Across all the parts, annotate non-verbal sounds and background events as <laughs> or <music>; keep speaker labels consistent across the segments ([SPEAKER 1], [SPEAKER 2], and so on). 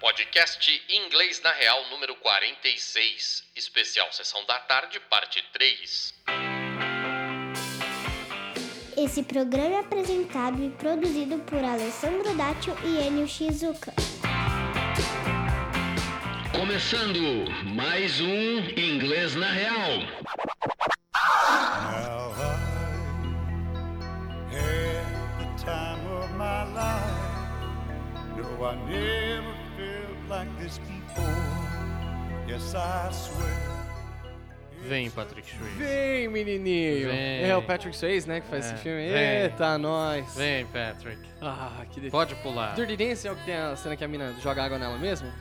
[SPEAKER 1] Podcast Inglês na Real número 46, especial Sessão da Tarde, parte 3.
[SPEAKER 2] Esse programa é apresentado e produzido por Alessandro Dátio e Enio Shizuka.
[SPEAKER 3] Começando mais um Inglês na Real.
[SPEAKER 4] Now I had the time of my life. No, I never felt like this before. Yes, I swear.
[SPEAKER 5] Vem, Patrick Swayze.
[SPEAKER 6] Vem, menininho!
[SPEAKER 5] Vem.
[SPEAKER 6] É o Patrick Swayze, né, que faz
[SPEAKER 5] É,
[SPEAKER 6] esse filme.
[SPEAKER 5] vem.
[SPEAKER 6] Eita, nós!
[SPEAKER 5] Vem, Patrick.
[SPEAKER 6] Ah, que delícia.
[SPEAKER 5] Pode pular.
[SPEAKER 6] Dirty Dancing é o que tem a cena que a mina joga água nela mesmo?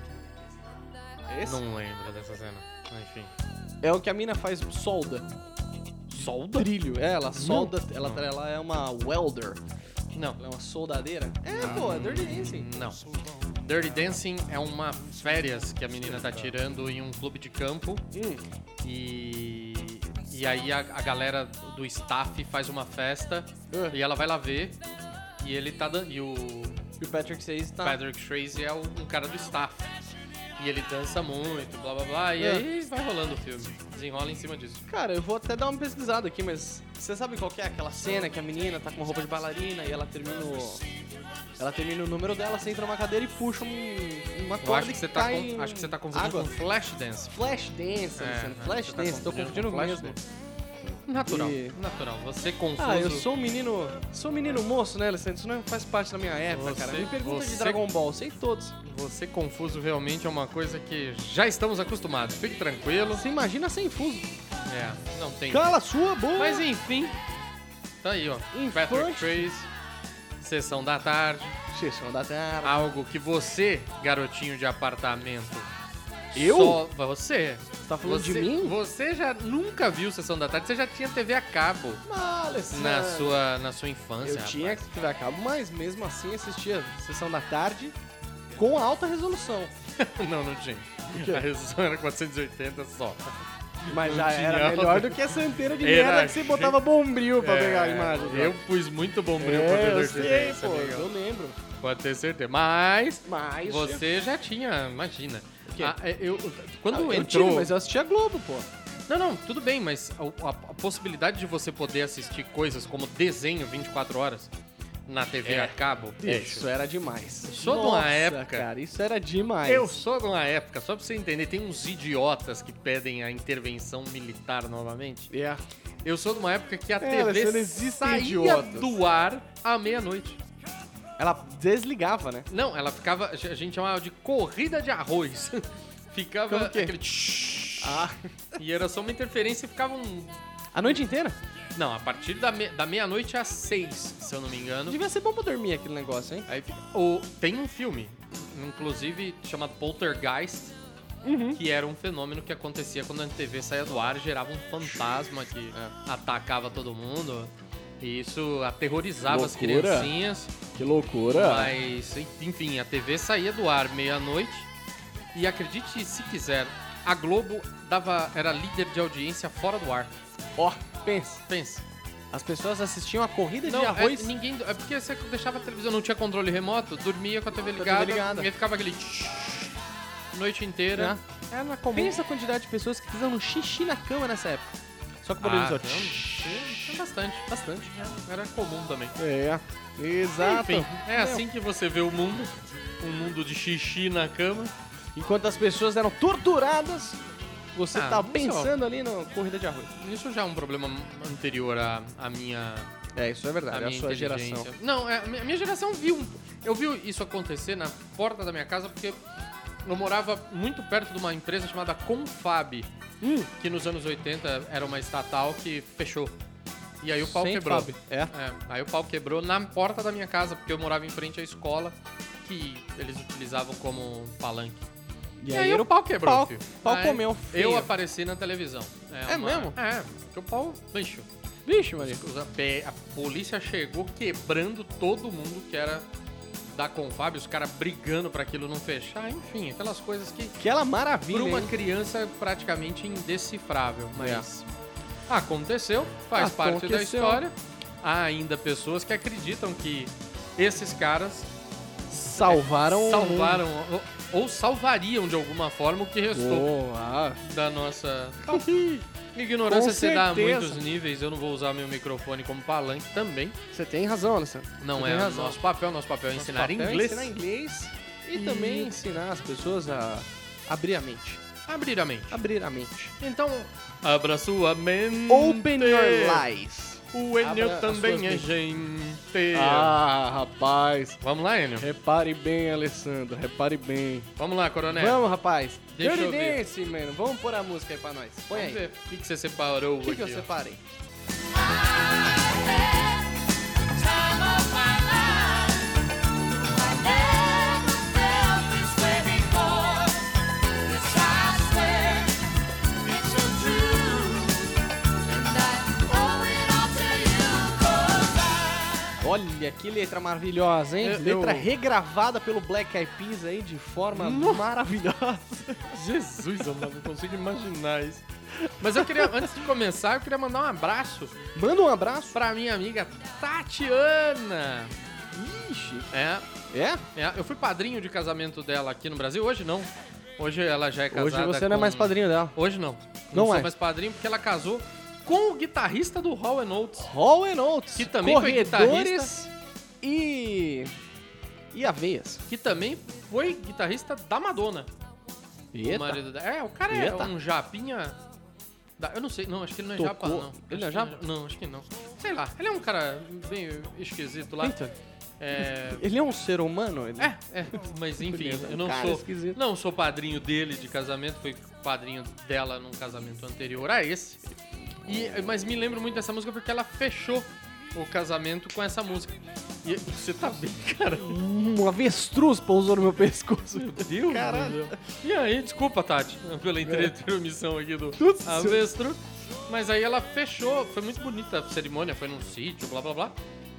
[SPEAKER 6] É esse?
[SPEAKER 5] Não lembro dessa cena. Enfim.
[SPEAKER 6] É o que a mina faz solda. Solda? Trilho. É, ela solda, ela,
[SPEAKER 5] Não.
[SPEAKER 6] ela é uma welder.
[SPEAKER 5] Não.
[SPEAKER 6] Ela é uma soldadeira. É, pô, é Dirty Dancing.
[SPEAKER 5] Não. Dirty Dancing é uma férias que a menina tá tirando em um clube de campo
[SPEAKER 6] Hum,
[SPEAKER 5] e. E aí a, a galera do staff faz uma festa
[SPEAKER 6] Ah.
[SPEAKER 5] e ela vai lá ver. E ele tá dan- E o
[SPEAKER 6] e o Patrick Swayze tá...
[SPEAKER 5] Patrick Swayze é o- um cara do staff. E ele dança muito, blá blá blá. E
[SPEAKER 6] Ah.
[SPEAKER 5] aí vai rolando o filme. Desenrola em cima disso.
[SPEAKER 6] Cara, eu vou até dar uma pesquisada aqui, mas você sabe qual que é aquela cena que a menina tá com uma roupa de bailarina e ela termina o... Ela termina o número dela, você entra numa cadeira e puxa um, uma
[SPEAKER 5] Eu
[SPEAKER 6] corda
[SPEAKER 5] acho que
[SPEAKER 6] e
[SPEAKER 5] você tá,
[SPEAKER 6] cai
[SPEAKER 5] com-
[SPEAKER 6] em
[SPEAKER 5] acho que você tá confundindo
[SPEAKER 6] água.
[SPEAKER 5] com Flash Dance.
[SPEAKER 6] Flash Dance, Alessandro.
[SPEAKER 5] É,
[SPEAKER 6] Flash
[SPEAKER 5] você tá
[SPEAKER 6] Dance, tô
[SPEAKER 5] confundindo
[SPEAKER 6] confundindo
[SPEAKER 5] com Flash
[SPEAKER 6] mesmo.
[SPEAKER 5] Natural,
[SPEAKER 6] E-
[SPEAKER 5] natural. Você confuso.
[SPEAKER 6] Ah, eu sou um menino. Sou um menino moço, né, Alessandro? Isso não faz parte da minha época,
[SPEAKER 5] Você-
[SPEAKER 6] cara. Me pergunta
[SPEAKER 5] você-
[SPEAKER 6] de Dragon Ball, sei todos.
[SPEAKER 5] Você confuso realmente é uma coisa que já estamos acostumados. Fique tranquilo.
[SPEAKER 6] Você imagina sem fuso.
[SPEAKER 5] É, não tem.
[SPEAKER 6] Cala a sua boca!
[SPEAKER 5] Mas enfim, tá aí, ó. Patrick
[SPEAKER 6] Infante.
[SPEAKER 5] Trace, sessão da tarde.
[SPEAKER 6] Sessão da tarde.
[SPEAKER 5] Algo que você, garotinho de apartamento.
[SPEAKER 6] Eu?
[SPEAKER 5] Só você.
[SPEAKER 6] Tá falando
[SPEAKER 5] você,
[SPEAKER 6] de mim?
[SPEAKER 5] Você já nunca viu Sessão da Tarde, você já tinha TV a cabo
[SPEAKER 6] Ah, Alessandro.
[SPEAKER 5] na sua, na sua infância.
[SPEAKER 6] Eu
[SPEAKER 5] é, rapaz.
[SPEAKER 6] tinha que tiver a cabo, mas mesmo assim assistia Sessão da Tarde com alta resolução.
[SPEAKER 5] <laughs> Não, não tinha. A resolução era 480 só.
[SPEAKER 6] Mas
[SPEAKER 5] Não
[SPEAKER 6] já
[SPEAKER 5] tinha
[SPEAKER 6] era
[SPEAKER 5] alta.
[SPEAKER 6] melhor do que essa anteira de
[SPEAKER 5] Era
[SPEAKER 6] merda que você
[SPEAKER 5] cheio-
[SPEAKER 6] botava bombril pra pegar a
[SPEAKER 5] É,
[SPEAKER 6] imagem. né?
[SPEAKER 5] Eu um pus muito bombril pra
[SPEAKER 6] é,
[SPEAKER 5] poder
[SPEAKER 6] eu sei,
[SPEAKER 5] isso,
[SPEAKER 6] pô,
[SPEAKER 5] amigão.
[SPEAKER 6] eu lembro.
[SPEAKER 5] Pode ter certeza. Mas
[SPEAKER 6] Mas
[SPEAKER 5] você já tinha, imagina. Ah, é, eu,
[SPEAKER 6] Ah,
[SPEAKER 5] quando
[SPEAKER 6] eu
[SPEAKER 5] entrou.
[SPEAKER 6] tive, mas eu assistia Globo, pô.
[SPEAKER 5] Não, não, tudo bem, mas a, a- a possibilidade de você poder assistir coisas como desenho 24 horas na TV a cabo. é bicho,
[SPEAKER 6] Isso era demais.
[SPEAKER 5] Sou de uma época-
[SPEAKER 6] Cara, isso era demais.
[SPEAKER 5] Eu sou de uma época, só pra você entender, tem uns idiotas que pedem a intervenção militar novamente.
[SPEAKER 6] É.
[SPEAKER 5] Eu sou de uma época que a
[SPEAKER 6] Alessandro,
[SPEAKER 5] TV
[SPEAKER 6] existem
[SPEAKER 5] saía
[SPEAKER 6] idiotas.
[SPEAKER 5] do ar à meia-noite.
[SPEAKER 6] Ela desligava, né?
[SPEAKER 5] Não, ela ficava. A gente chamava de corrida de arroz. <laughs> Ficava
[SPEAKER 6] Como que é?
[SPEAKER 5] aquele. tsh, E era só uma interferência e ficava um.
[SPEAKER 6] Ah, A noite inteira?
[SPEAKER 5] Não, a partir da, me- da meia-noite às seis, se eu não me engano.
[SPEAKER 6] Devia ser bom pra dormir aquele negócio, hein?
[SPEAKER 5] Aí fica- o- tem um filme, inclusive, chamado Poltergeist,
[SPEAKER 6] Uhum.
[SPEAKER 5] que era um fenômeno que acontecia quando a TV saía do ar, gerava um fantasma que atacava todo mundo. E isso aterrorizava as
[SPEAKER 6] Loucura.
[SPEAKER 5] criancinhas.
[SPEAKER 6] Que loucura.
[SPEAKER 5] Mas, enfim, a TV saía do ar meia-noite. E acredite se quiser, a Globo dava, era líder de audiência fora do ar.
[SPEAKER 6] Ó, pensa.
[SPEAKER 5] Pensa.
[SPEAKER 6] As pessoas assistiam a corrida
[SPEAKER 5] Não,
[SPEAKER 6] de
[SPEAKER 5] é-
[SPEAKER 6] arroz.
[SPEAKER 5] ninguém. É porque você deixava a televisão, não tinha controle remoto, dormia com a TV ligada.
[SPEAKER 6] TV ligada. Ah,
[SPEAKER 5] E aí ficava aquele. tch- Noite inteira. É, na comum.
[SPEAKER 6] Né? Pensa a quantidade de pessoas que fizeram um xixi na cama nessa época. Só que o
[SPEAKER 5] Ah,
[SPEAKER 6] barulho
[SPEAKER 5] não,
[SPEAKER 6] só...
[SPEAKER 5] tinha bastante.
[SPEAKER 6] Bastante.
[SPEAKER 5] Era comum também.
[SPEAKER 6] É. Exato.
[SPEAKER 5] Enfim, é assim que você vê o mundo. Um mundo de xixi na cama.
[SPEAKER 6] Enquanto as pessoas eram torturadas, você
[SPEAKER 5] Ah,
[SPEAKER 6] tava
[SPEAKER 5] não
[SPEAKER 6] pensando ali na corrida de arroz.
[SPEAKER 5] Isso já é um problema anterior à, à minha
[SPEAKER 6] É, isso é
[SPEAKER 5] a
[SPEAKER 6] verdade. É a
[SPEAKER 5] minha
[SPEAKER 6] sua
[SPEAKER 5] inteligência.
[SPEAKER 6] geração.
[SPEAKER 5] Não, é, a minha- a minha geração viu. Eu vi isso acontecer na porta da minha casa porque eu morava muito perto de uma empresa chamada Confab,
[SPEAKER 6] Hum.
[SPEAKER 5] que nos anos 80 era uma estatal que fechou. E aí o pau quebrou.
[SPEAKER 6] É.
[SPEAKER 5] É, aí o pau quebrou na porta da minha casa, porque eu morava em frente à escola, que eles utilizavam como um palanque. E, aí, o pau quebrou,
[SPEAKER 6] pau-
[SPEAKER 5] filho.
[SPEAKER 6] pau
[SPEAKER 5] Aí
[SPEAKER 6] comeu, feio.
[SPEAKER 5] Eu apareci na televisão.
[SPEAKER 6] É mesmo?
[SPEAKER 5] É, porque o pau, bicho,
[SPEAKER 6] Vixe, Maria.
[SPEAKER 5] os- A, pe- a polícia chegou quebrando todo mundo que era da Confab, os caras brigando pra aquilo não fechar, enfim, aquelas coisas que
[SPEAKER 6] Aquela maravilha.
[SPEAKER 5] para uma
[SPEAKER 6] hein?
[SPEAKER 5] criança é praticamente indecifrável,
[SPEAKER 6] É.
[SPEAKER 5] mas
[SPEAKER 6] Mas-
[SPEAKER 5] aconteceu, faz parte da
[SPEAKER 6] Aconteceu.
[SPEAKER 5] história. Há ainda pessoas que acreditam que esses caras
[SPEAKER 6] Salvaram. o
[SPEAKER 5] Salvaram, ou, ou salvariam de alguma forma o que restou
[SPEAKER 6] mundo. Boa.
[SPEAKER 5] da nossa. Ignorância
[SPEAKER 6] Oh. Com
[SPEAKER 5] se dá a
[SPEAKER 6] certeza.
[SPEAKER 5] muitos níveis, eu não vou usar meu microfone como palanque também.
[SPEAKER 6] <laughs> Você tem razão, Alessandro.
[SPEAKER 5] Não
[SPEAKER 6] Você
[SPEAKER 5] é
[SPEAKER 6] tem
[SPEAKER 5] o
[SPEAKER 6] razão.
[SPEAKER 5] nosso papel, nosso papel é
[SPEAKER 6] Nosso
[SPEAKER 5] ensinar
[SPEAKER 6] papel é
[SPEAKER 5] inglês.
[SPEAKER 6] ensinar inglês e também ensinar as pessoas a abrir a mente.
[SPEAKER 5] Abrir a mente.
[SPEAKER 6] Abrir a mente.
[SPEAKER 5] Então, abra sua mente.
[SPEAKER 6] Open your lies.
[SPEAKER 5] O Enio
[SPEAKER 6] Abra as suas
[SPEAKER 5] também é
[SPEAKER 6] mentes.
[SPEAKER 5] gente.
[SPEAKER 6] Ah, rapaz.
[SPEAKER 5] Vamos lá, Enio.
[SPEAKER 6] Repare bem, Alessandro. Repare bem.
[SPEAKER 5] Vamos lá, coronel.
[SPEAKER 6] Vamos, rapaz.
[SPEAKER 5] É. Deixa eu
[SPEAKER 6] Dirty
[SPEAKER 5] ver.
[SPEAKER 6] Dance, mano. Vamos pôr a música aí pra nós. Põe
[SPEAKER 5] Vamos
[SPEAKER 6] aí.
[SPEAKER 5] ver O que, que você separou
[SPEAKER 6] O que,
[SPEAKER 5] aqui,
[SPEAKER 6] que eu
[SPEAKER 5] ó.
[SPEAKER 6] separei? Olha que letra maravilhosa, hein?
[SPEAKER 5] É, Eu-
[SPEAKER 6] letra
[SPEAKER 5] eu-
[SPEAKER 6] regravada pelo Black Eyed Peas aí de forma maravilhosa.
[SPEAKER 5] Jesus, eu não consigo imaginar isso. Mas eu queria, antes de começar, eu queria mandar um abraço
[SPEAKER 6] Manda um abraço.
[SPEAKER 5] pra minha amiga Tatiana.
[SPEAKER 6] Ixi.
[SPEAKER 5] É,
[SPEAKER 6] É?
[SPEAKER 5] é, eu fui padrinho de casamento dela aqui no Brasil. Hoje não. Hoje ela já é casada
[SPEAKER 6] Hoje você não é
[SPEAKER 5] com-
[SPEAKER 6] mais padrinho dela.
[SPEAKER 5] Hoje não.
[SPEAKER 6] Não
[SPEAKER 5] sou
[SPEAKER 6] é.
[SPEAKER 5] mais padrinho porque ela casou com o guitarrista do Hall and Oates.
[SPEAKER 6] Hall and Oates.
[SPEAKER 5] Que também foi
[SPEAKER 6] corredores e. e aveias.
[SPEAKER 5] que também foi guitarrista da Madonna. O marido da... É, o cara é
[SPEAKER 6] Eita.
[SPEAKER 5] um japinha. da- Eu não sei, não, acho que ele não é japa,
[SPEAKER 6] Tocou.
[SPEAKER 5] não.
[SPEAKER 6] Ele não é
[SPEAKER 5] Acho que
[SPEAKER 6] japa?
[SPEAKER 5] Não, acho que não. Sei lá, ele é um cara bem esquisito lá.
[SPEAKER 6] Eita.
[SPEAKER 5] É.
[SPEAKER 6] Ele é um ser humano? Ele...
[SPEAKER 5] É, é, mas enfim,
[SPEAKER 6] Beleza,
[SPEAKER 5] eu não
[SPEAKER 6] cara
[SPEAKER 5] sou,
[SPEAKER 6] esquisito.
[SPEAKER 5] não sou padrinho dele de casamento, fui padrinho dela num casamento anterior a esse. E, mas me lembro muito dessa música porque ela fechou o casamento com essa música. E você tá bem, <laughs> cara?
[SPEAKER 6] Um avestruz pousou no meu pescoço.
[SPEAKER 5] Deus, É. Caralho. E aí, desculpa, Tati, pela inter- intermissão aqui do
[SPEAKER 6] Putz.
[SPEAKER 5] Avestro. Mas aí ela fechou, foi muito bonita a cerimônia, foi num sítio, blá blá blá.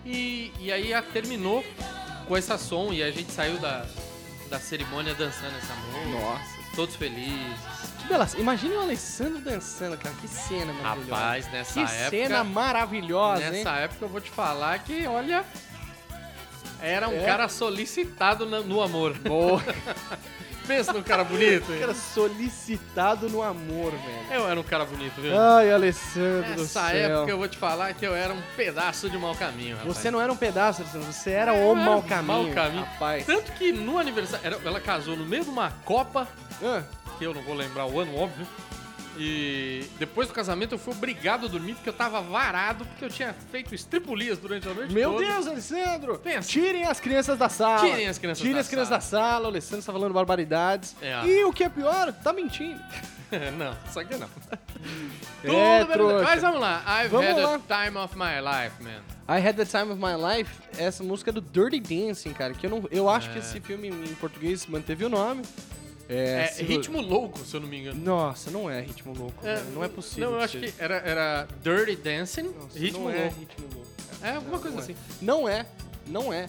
[SPEAKER 5] E, e aí ela terminou com esse som e a gente saiu da, da cerimônia dançando essa música.
[SPEAKER 6] Nossa.
[SPEAKER 5] Todos felizes.
[SPEAKER 6] Que bela. Imagina o Alessandro dançando, cara. Que cena maravilhosa.
[SPEAKER 5] Rapaz, nessa
[SPEAKER 6] que
[SPEAKER 5] época.
[SPEAKER 6] cena maravilhosa, hein?
[SPEAKER 5] Nessa época eu vou te falar que, olha. Era um
[SPEAKER 6] É.
[SPEAKER 5] cara solicitado na- no amor. <laughs> Pensa num cara bonito. hein?
[SPEAKER 6] Cara, solicitado no amor, velho.
[SPEAKER 5] Eu era um cara bonito, viu?
[SPEAKER 6] Ai, Alessandro do
[SPEAKER 5] Nessa
[SPEAKER 6] céu.
[SPEAKER 5] época eu vou te falar que eu era um pedaço de mau caminho, rapaz.
[SPEAKER 6] Você não era um pedaço, Alessandro. Você era o
[SPEAKER 5] Eu era
[SPEAKER 6] mau
[SPEAKER 5] um
[SPEAKER 6] caminho.
[SPEAKER 5] mau caminho. <laughs>
[SPEAKER 6] Rapaz.
[SPEAKER 5] Tanto que no aniversário. era- Ela casou no meio de uma Copa,
[SPEAKER 6] Ah,
[SPEAKER 5] que eu não vou lembrar o ano, óbvio. E depois do casamento eu fui obrigado a dormir porque eu tava varado, porque eu tinha feito estripulias durante a noite.
[SPEAKER 6] meu
[SPEAKER 5] toda.
[SPEAKER 6] Deus, Alessandro!
[SPEAKER 5] Pensa.
[SPEAKER 6] Tirem as crianças da sala.
[SPEAKER 5] Tirem as crianças
[SPEAKER 6] Tirem
[SPEAKER 5] da
[SPEAKER 6] as crianças da sala. O Alessandro está falando barbaridades.
[SPEAKER 5] É.
[SPEAKER 6] E o que é pior, tá mentindo.
[SPEAKER 5] <laughs> não, isso aqui não.
[SPEAKER 6] É,
[SPEAKER 5] Tudo bem,
[SPEAKER 6] trouxa.
[SPEAKER 5] Mas vamos lá. I've
[SPEAKER 6] Vamos
[SPEAKER 5] had
[SPEAKER 6] lá.
[SPEAKER 5] a time of my life, man.
[SPEAKER 6] I Had the Time of My Life, essa música é do Dirty Dancing, cara, que eu não, eu acho que esse filme em português manteve o nome.
[SPEAKER 5] É,
[SPEAKER 6] se-
[SPEAKER 5] ritmo louco, se eu não me engano.
[SPEAKER 6] Nossa, não é ritmo louco,
[SPEAKER 5] É,
[SPEAKER 6] velho, não é possível.
[SPEAKER 5] Não, eu acho
[SPEAKER 6] seja.
[SPEAKER 5] que era, era Dirty Dancing,
[SPEAKER 6] Nossa,
[SPEAKER 5] ritmo
[SPEAKER 6] não É
[SPEAKER 5] louco.
[SPEAKER 6] ritmo louco. cara.
[SPEAKER 5] É, alguma
[SPEAKER 6] Não,
[SPEAKER 5] coisa
[SPEAKER 6] não
[SPEAKER 5] assim.
[SPEAKER 6] É. Não é, não é,